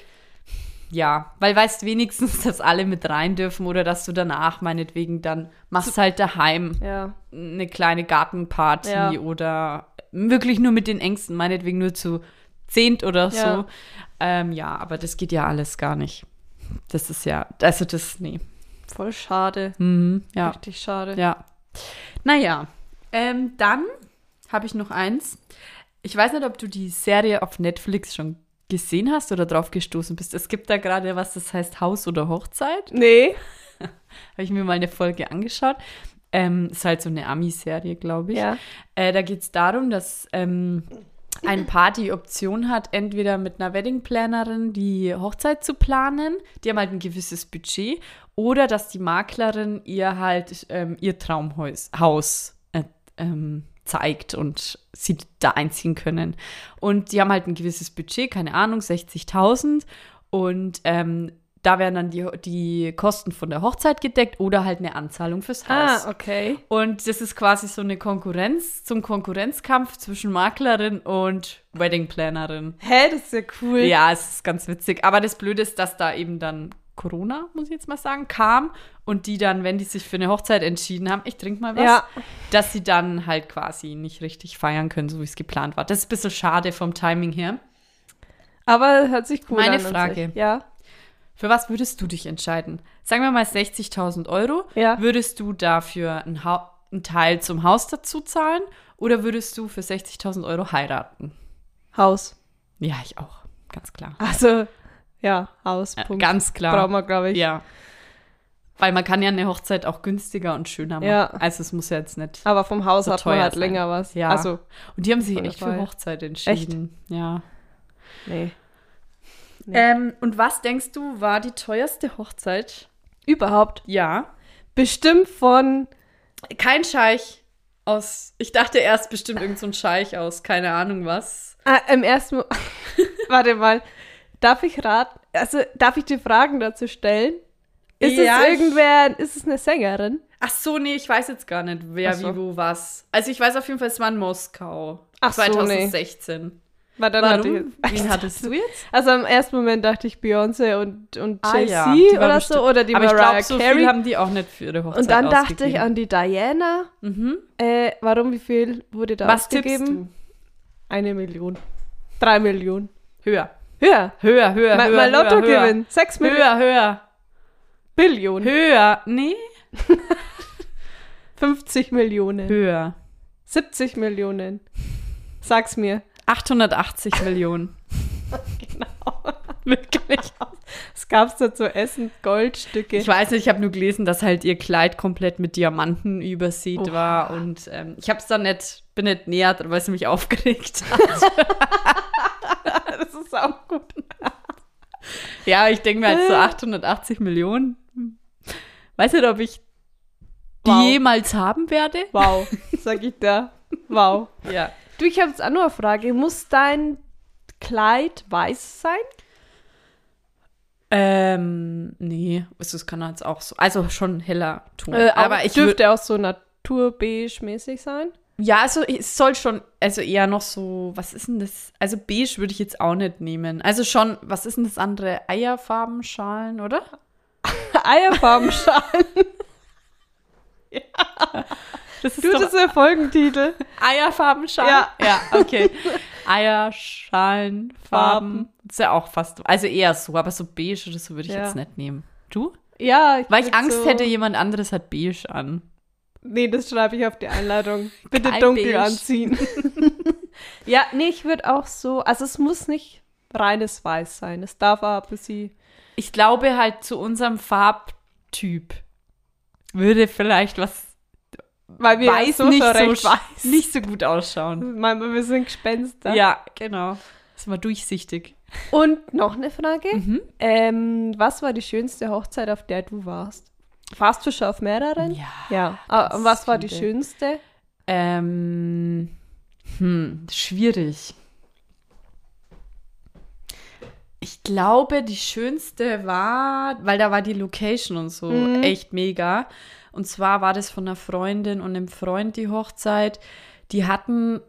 Speaker 3: Ja, weil weißt wenigstens, dass alle mit rein dürfen oder dass du danach meinetwegen dann machst halt daheim
Speaker 2: Ja.
Speaker 3: eine kleine Gartenparty
Speaker 2: Ja.
Speaker 3: oder wirklich nur mit den Ängsten, meinetwegen nur zu zehnt oder
Speaker 2: Ja.
Speaker 3: so. Ähm, ja, aber das geht ja alles gar nicht. Das ist ja, also das, nee.
Speaker 2: Voll schade.
Speaker 3: Mhm, ja.
Speaker 2: Richtig schade.
Speaker 3: Ja. Naja, ähm, dann habe ich noch eins. Ich weiß nicht, ob du die Serie auf Netflix schon gesehen hast oder drauf gestoßen bist. Es gibt da gerade was, das heißt Haus oder Hochzeit.
Speaker 2: Nee.
Speaker 3: Habe ich mir mal eine Folge angeschaut. Ähm, ist halt so eine Ami-Serie, glaube ich.
Speaker 2: Ja.
Speaker 3: Äh, da geht es darum, dass ähm, ein Paar die Option hat, entweder mit einer Wedding-Plannerin die Hochzeit zu planen, die haben halt ein gewisses Budget, oder dass die Maklerin ihr halt ähm, ihr Traumhaus Haus, äh, ähm, zeigt und sie da einziehen können. Und die haben halt ein gewisses Budget, keine Ahnung, 60.000 und ähm, da werden dann die, die Kosten von der Hochzeit gedeckt oder halt eine Anzahlung fürs Haus.
Speaker 2: Ah, okay.
Speaker 3: Und das ist quasi so eine Konkurrenz zum Konkurrenzkampf zwischen Maklerin und Weddingplanerin.
Speaker 2: Hä, das ist ja cool.
Speaker 3: Ja, es ist ganz witzig. Aber das Blöde ist, dass da eben dann Corona, muss ich jetzt mal sagen, kam und die dann, wenn die sich für eine Hochzeit entschieden haben, ich trinke mal was,
Speaker 2: Ja.
Speaker 3: dass sie dann halt quasi nicht richtig feiern können, so wie es geplant war. Das ist ein bisschen schade vom Timing her.
Speaker 2: Aber hört sich cool
Speaker 3: Meine
Speaker 2: an. an
Speaker 3: Frage.
Speaker 2: sich. Ja.
Speaker 3: Für was würdest du dich entscheiden? Sagen wir mal 60.000 Euro.
Speaker 2: Ja.
Speaker 3: Würdest du dafür einen, Hau- einen Teil zum Haus dazu zahlen oder würdest du für 60.000 Euro heiraten?
Speaker 2: Haus.
Speaker 3: Ja, ich auch. Ganz klar.
Speaker 2: Also, ja, Haus.
Speaker 3: Äh,
Speaker 2: Punkt.
Speaker 3: Ganz klar.
Speaker 2: Brauchen wir, glaube ich.
Speaker 3: Ja. Weil man kann ja eine Hochzeit auch günstiger und schöner machen.
Speaker 2: Ja.
Speaker 3: Also es muss ja jetzt nicht.
Speaker 2: Aber vom Haus
Speaker 3: So
Speaker 2: hat man
Speaker 3: teuer
Speaker 2: halt
Speaker 3: sein.
Speaker 2: länger was.
Speaker 3: Ja.
Speaker 2: Also,
Speaker 3: Und die haben sich
Speaker 2: Voll
Speaker 3: echt für
Speaker 2: dabei.
Speaker 3: Hochzeit entschieden. Ja.
Speaker 2: nee. Nee.
Speaker 3: Ähm, und was denkst du, war die teuerste Hochzeit?
Speaker 2: Überhaupt.
Speaker 3: Ja.
Speaker 2: Bestimmt von
Speaker 3: Kein Scheich aus. Ich dachte erst bestimmt irgendein so ein Scheich aus, keine Ahnung was.
Speaker 2: Ah, Im ersten Mo Warte mal. Darf ich raten? Also, darf ich dir Fragen dazu stellen? Ist
Speaker 3: Ja,
Speaker 2: es
Speaker 3: ich-
Speaker 2: irgendwer, ist es eine Sängerin?
Speaker 3: Ach so, nee, ich weiß jetzt gar nicht, wer,
Speaker 2: Ach so.
Speaker 3: wie, wo, was. Also ich weiß auf jeden Fall, es war in Moskau.
Speaker 2: Ach so, nee.
Speaker 3: 2016.
Speaker 2: Weil dann hatte
Speaker 3: Warum?
Speaker 2: ich-
Speaker 3: Wen hattest du jetzt?
Speaker 2: Also im ersten Moment dachte ich Beyoncé und, und
Speaker 3: Ah,
Speaker 2: Jay-Z
Speaker 3: ja, die war
Speaker 2: oder
Speaker 3: bestimmt-
Speaker 2: so oder die
Speaker 3: Aber
Speaker 2: Mariah
Speaker 3: ich glaube, so
Speaker 2: Carey.
Speaker 3: viel haben die auch nicht für ihre Hochzeit
Speaker 2: und dann dachte
Speaker 3: ausgegeben.
Speaker 2: ich
Speaker 3: Mhm.
Speaker 2: an die Diana. Äh, warum, wie viel wurde da
Speaker 3: Was tippst
Speaker 2: ausgegeben?
Speaker 3: du?
Speaker 2: Eine Million. Drei Millionen.
Speaker 3: Höher.
Speaker 2: Höher.
Speaker 3: Höher, höher,
Speaker 2: Mein
Speaker 3: höher.
Speaker 2: mein
Speaker 3: höher,
Speaker 2: Lottogewinn. Sechs
Speaker 3: Höher,
Speaker 2: Millionen.
Speaker 3: höher, höher.
Speaker 2: Billionen.
Speaker 3: höher. Nee.
Speaker 2: 50 Millionen.
Speaker 3: Höher.
Speaker 2: 70 Millionen. Sag's mir.
Speaker 3: 880 Millionen.
Speaker 2: Wirklich. Es gab's da zu essen Goldstücke.
Speaker 3: Ich weiß nicht, ich habe nur gelesen, dass halt ihr Kleid komplett mit Diamanten übersät
Speaker 2: Oha.
Speaker 3: war. Und ähm, ich hab's dann nicht, bin nicht näher, dran, weil es mich aufgeregt hat.
Speaker 2: das ist auch gut.
Speaker 3: ja, ich denke mir halt so 880 Millionen. Hm. Weiß nicht, ob ich die
Speaker 2: Wow.
Speaker 3: jemals haben werde.
Speaker 2: Wow, sag ich da. Wow.
Speaker 3: Ja.
Speaker 2: Du, ich habe jetzt auch noch eine Frage. Muss dein Kleid weiß sein?
Speaker 3: Ähm, nee, es ist- kann jetzt auch so. Also schon heller Ton.
Speaker 2: Äh,
Speaker 3: aber ich würde.
Speaker 2: dürfte auch so naturbeige-mäßig sein.
Speaker 3: Ja, also es soll schon, also eher noch so, was ist denn das? Also beige würde ich jetzt auch nicht nehmen. Also schon, was ist denn das andere? Eierfarbenschalen, oder?
Speaker 2: Eierfarbenschalen.
Speaker 3: Das ist
Speaker 2: Du, das ist der Folgentitel.
Speaker 3: Eierfarbenschalen. Ja,
Speaker 2: Ja.
Speaker 3: ja, okay. Eierschalen, Farben.
Speaker 2: Farben.
Speaker 3: Ist ja auch fast, also eher so, aber so beige oder so würde ich
Speaker 2: Ja.
Speaker 3: jetzt nicht nehmen. Du?
Speaker 2: Ja.
Speaker 3: Weil ich
Speaker 2: würd
Speaker 3: Angst
Speaker 2: so-
Speaker 3: hätte, jemand anderes hat beige an.
Speaker 2: Nee, das schreibe ich auf die Einladung. Bitte
Speaker 3: Kein
Speaker 2: dunkel
Speaker 3: Beige.
Speaker 2: anziehen. ja, nee, ich würde auch so. Also, es muss nicht reines Weiß sein. Es darf aber ein bisschen.
Speaker 3: Ich glaube halt zu unserem Farbtyp würde vielleicht was
Speaker 2: Weil wir
Speaker 3: weiß
Speaker 2: ja so
Speaker 3: nicht
Speaker 2: schon recht
Speaker 3: so
Speaker 2: weiß.
Speaker 3: nicht so gut ausschauen.
Speaker 2: Manchmal, wir sind Gespenster.
Speaker 3: Ja, genau. Ist mal durchsichtig.
Speaker 2: Und noch eine Frage.
Speaker 3: Mhm.
Speaker 2: Ähm, was war die schönste Hochzeit, auf der du warst? Warst du schon auf mehreren?
Speaker 3: Ja,
Speaker 2: Ja. Ah,
Speaker 3: ganz
Speaker 2: und was war die
Speaker 3: viele.
Speaker 2: schönste?
Speaker 3: Ähm, hm, schwierig. Ich glaube, die schönste war, weil da war die Location und so
Speaker 2: Mhm.
Speaker 3: echt mega. Und zwar war das von einer Freundin und einem Freund die Hochzeit. Die hatten,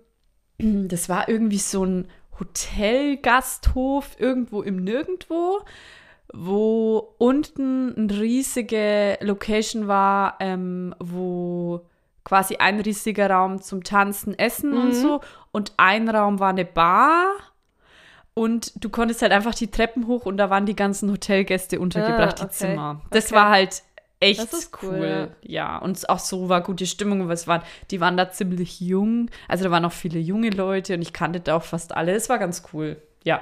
Speaker 3: das war irgendwie so ein Hotelgasthof irgendwo im Nirgendwo, wo unten eine riesige Location war, ähm, wo quasi ein riesiger Raum zum Tanzen, Essen und
Speaker 2: Mhm.
Speaker 3: so. Und ein Raum war eine Bar. Und du konntest halt einfach die Treppen hoch und da waren die ganzen Hotelgäste untergebracht,
Speaker 2: Ah,
Speaker 3: die
Speaker 2: okay.
Speaker 3: Zimmer. Das
Speaker 2: Okay.
Speaker 3: war halt echt
Speaker 2: Das ist
Speaker 3: cool.
Speaker 2: cool, ja.
Speaker 3: Ja, und auch so war gute Stimmung, weil es waren, die waren da ziemlich jung. Also da waren auch viele junge Leute und ich kannte da auch fast alle. Es war ganz cool. Ja.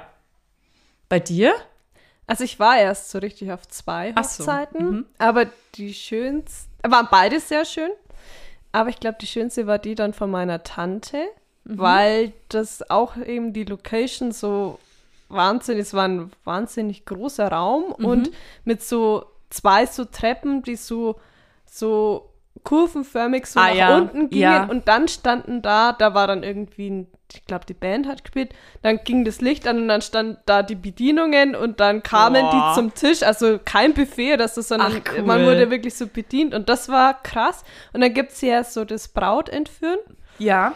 Speaker 3: Bei dir?
Speaker 2: Also ich war erst so richtig auf zwei
Speaker 3: Ach so,
Speaker 2: Hochzeiten,
Speaker 3: mhm.
Speaker 2: aber die schönste waren beide sehr schön. Aber ich glaube, die schönste war die dann von meiner Tante,
Speaker 3: Mhm.
Speaker 2: weil das auch eben die Location so wahnsinnig, es war ein wahnsinnig großer Raum
Speaker 3: Mhm.
Speaker 2: und mit so zwei so Treppen, die so so kurvenförmig so
Speaker 3: Ah,
Speaker 2: nach
Speaker 3: ja,
Speaker 2: unten gingen
Speaker 3: ja.
Speaker 2: und dann standen da, da war dann irgendwie ein, ich glaube, die Band hat gespielt, dann ging das Licht an und dann standen da die Bedienungen und dann kamen
Speaker 3: Boah.
Speaker 2: die zum Tisch, also kein Buffet oder so, sondern
Speaker 3: Ach, cool.
Speaker 2: man wurde wirklich so bedient und das war krass. Und dann gibt es ja so das Brautentführen.
Speaker 3: Ja.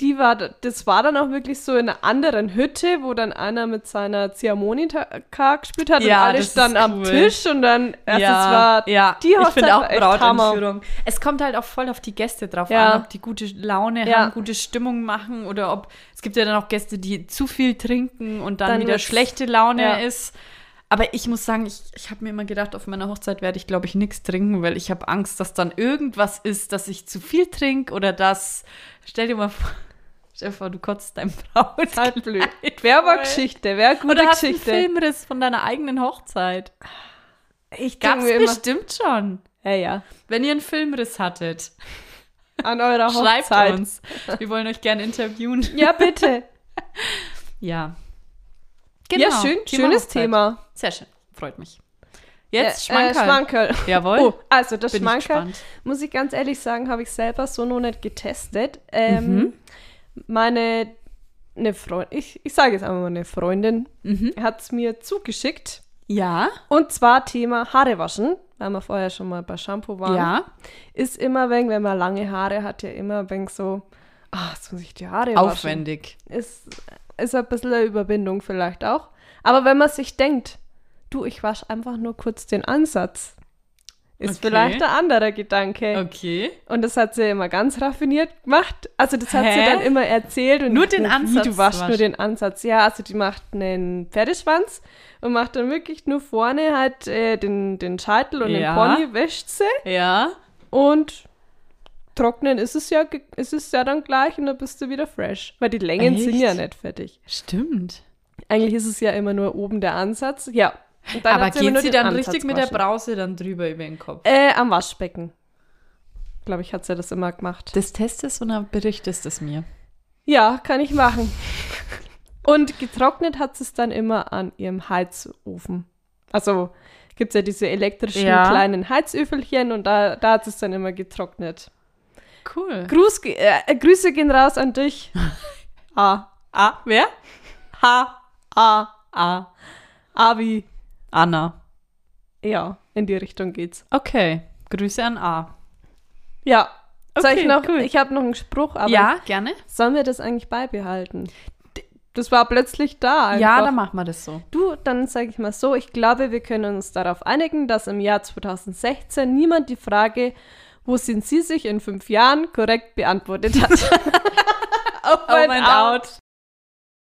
Speaker 2: Die war, d- das war dann auch wirklich so in einer anderen Hütte, wo dann einer mit seiner Ziehharmonika gespielt hat
Speaker 3: Ja,
Speaker 2: und alle
Speaker 3: das ist
Speaker 2: standen am
Speaker 3: cool.
Speaker 2: Tisch und dann, also es
Speaker 3: ja,
Speaker 2: war
Speaker 3: ja.
Speaker 2: die
Speaker 3: ich
Speaker 2: Hochzeit
Speaker 3: finde auch
Speaker 2: war echt Hammer.
Speaker 3: Brautentführung. Es kommt halt auch voll auf die Gäste drauf
Speaker 2: Ja.
Speaker 3: an, ob die gute Laune
Speaker 2: Ja.
Speaker 3: haben, gute Stimmung machen oder ob es gibt ja dann auch Gäste, die zu viel trinken und dann,
Speaker 2: Dann
Speaker 3: wieder
Speaker 2: wird's-
Speaker 3: schlechte Laune
Speaker 2: ja.
Speaker 3: ist. Aber ich muss sagen, ich, ich habe mir immer gedacht, auf meiner Hochzeit werde ich, glaube ich, nichts trinken, weil ich habe Angst, dass dann irgendwas ist, dass ich zu viel trinke oder dass. Stell dir mal vor, stell dir vor du kotzt dein Braut.
Speaker 2: Halt blöd. Wer war Geschichte? Wer gute
Speaker 3: Oder hast einen
Speaker 2: Geschichte?
Speaker 3: Filmriss von deiner eigenen Hochzeit.
Speaker 2: Ich
Speaker 3: Gab's
Speaker 2: denke mir immer,
Speaker 3: bestimmt schon.
Speaker 2: ja, ja.
Speaker 3: Wenn ihr einen Filmriss hattet,
Speaker 2: An eurer Hochzeit.
Speaker 3: schreibt uns. Wir wollen euch gerne interviewen.
Speaker 2: Ja, bitte.
Speaker 3: Ja.
Speaker 2: ja, schön,
Speaker 3: Genau. Thema
Speaker 2: schönes
Speaker 3: Hochzeit.
Speaker 2: Thema.
Speaker 3: Sehr schön. Freut mich. Jetzt
Speaker 2: ja, äh,
Speaker 3: Schmankerl.
Speaker 2: Schmankerl.
Speaker 3: Jawohl.
Speaker 2: Oh, also das
Speaker 3: Bin ich
Speaker 2: Schmankerl,
Speaker 3: gespannt.
Speaker 2: muss ich ganz ehrlich sagen, habe ich selber so noch nicht getestet. Ähm,
Speaker 3: Mhm.
Speaker 2: Meine eine Freundin, ich, ich sage jetzt einmal eine Freundin, hat es mir zugeschickt.
Speaker 3: Mhm. Ja.
Speaker 2: Und zwar Thema Haare waschen, weil wir vorher schon mal bei Shampoo waren.
Speaker 3: Ja.
Speaker 2: Ist immer wegen, wenn man lange Haare hat, ja immer wegen so, ah, jetzt muss ich die Haare waschen.
Speaker 3: Aufwendig.
Speaker 2: ist, ist ein bisschen eine Überwindung vielleicht auch. Aber wenn man sich denkt, du, ich wasche einfach nur kurz den Ansatz, ist
Speaker 3: Okay.
Speaker 2: vielleicht ein anderer Gedanke.
Speaker 3: Okay.
Speaker 2: Und das hat sie immer ganz raffiniert gemacht. Also das hat sie
Speaker 3: Hä?
Speaker 2: dann immer erzählt. Und
Speaker 3: Nur
Speaker 2: ich
Speaker 3: den
Speaker 2: dachte,
Speaker 3: Ansatz
Speaker 2: Wie, du waschst
Speaker 3: waschen.
Speaker 2: nur den Ansatz. Ja, also die macht einen Pferdeschwanz und macht dann wirklich nur vorne halt äh, den, den Scheitel und
Speaker 3: Ja.
Speaker 2: den Pony wäscht sie.
Speaker 3: Ja.
Speaker 2: Und trocknen ist es ja, ge- ist es ja dann gleich und dann bist du wieder fresh. Weil die Längen sind
Speaker 3: Echt?
Speaker 2: ja nicht fertig.
Speaker 3: Stimmt.
Speaker 2: Eigentlich ist es ja immer nur oben der Ansatz. Ja. Und dann
Speaker 3: Aber
Speaker 2: hat immer
Speaker 3: geht
Speaker 2: nur
Speaker 3: sie
Speaker 2: den
Speaker 3: dann
Speaker 2: Ansatz
Speaker 3: richtig mit der
Speaker 2: waschen.
Speaker 3: Brause dann drüber über den Kopf?
Speaker 2: Äh, am Waschbecken. Glaube ich, hat sie das immer gemacht.
Speaker 3: Das testest und dann berichtest es mir.
Speaker 2: Ja, kann ich machen. Und getrocknet hat sie es dann immer an ihrem Heizofen. Also gibt es ja diese elektrischen
Speaker 3: Ja.
Speaker 2: kleinen Heizöfelchen und da, da hat sie es dann immer getrocknet.
Speaker 3: Cool.
Speaker 2: Gruß, ge- äh, Grüße gehen raus an dich. ah,
Speaker 3: A. Wer? H.
Speaker 2: ah,
Speaker 3: A.
Speaker 2: Avi.
Speaker 3: Anna.
Speaker 2: Ja, in die Richtung geht's.
Speaker 3: Okay. Grüße an A.
Speaker 2: Ja, Soll ich
Speaker 3: Okay,
Speaker 2: noch,
Speaker 3: cool.
Speaker 2: ich habe noch einen Spruch, aber
Speaker 3: ja, gerne.
Speaker 2: sollen wir das eigentlich beibehalten? Das war plötzlich da. Einfach.
Speaker 3: Ja, dann machen wir das so.
Speaker 2: Du, dann sage ich mal so, ich glaube, wir können uns darauf einigen, dass im Jahr 2016 niemand die Frage, wo sind Sie sich in fünf Jahren, korrekt beantwortet hat. Over
Speaker 3: Over and Oh out.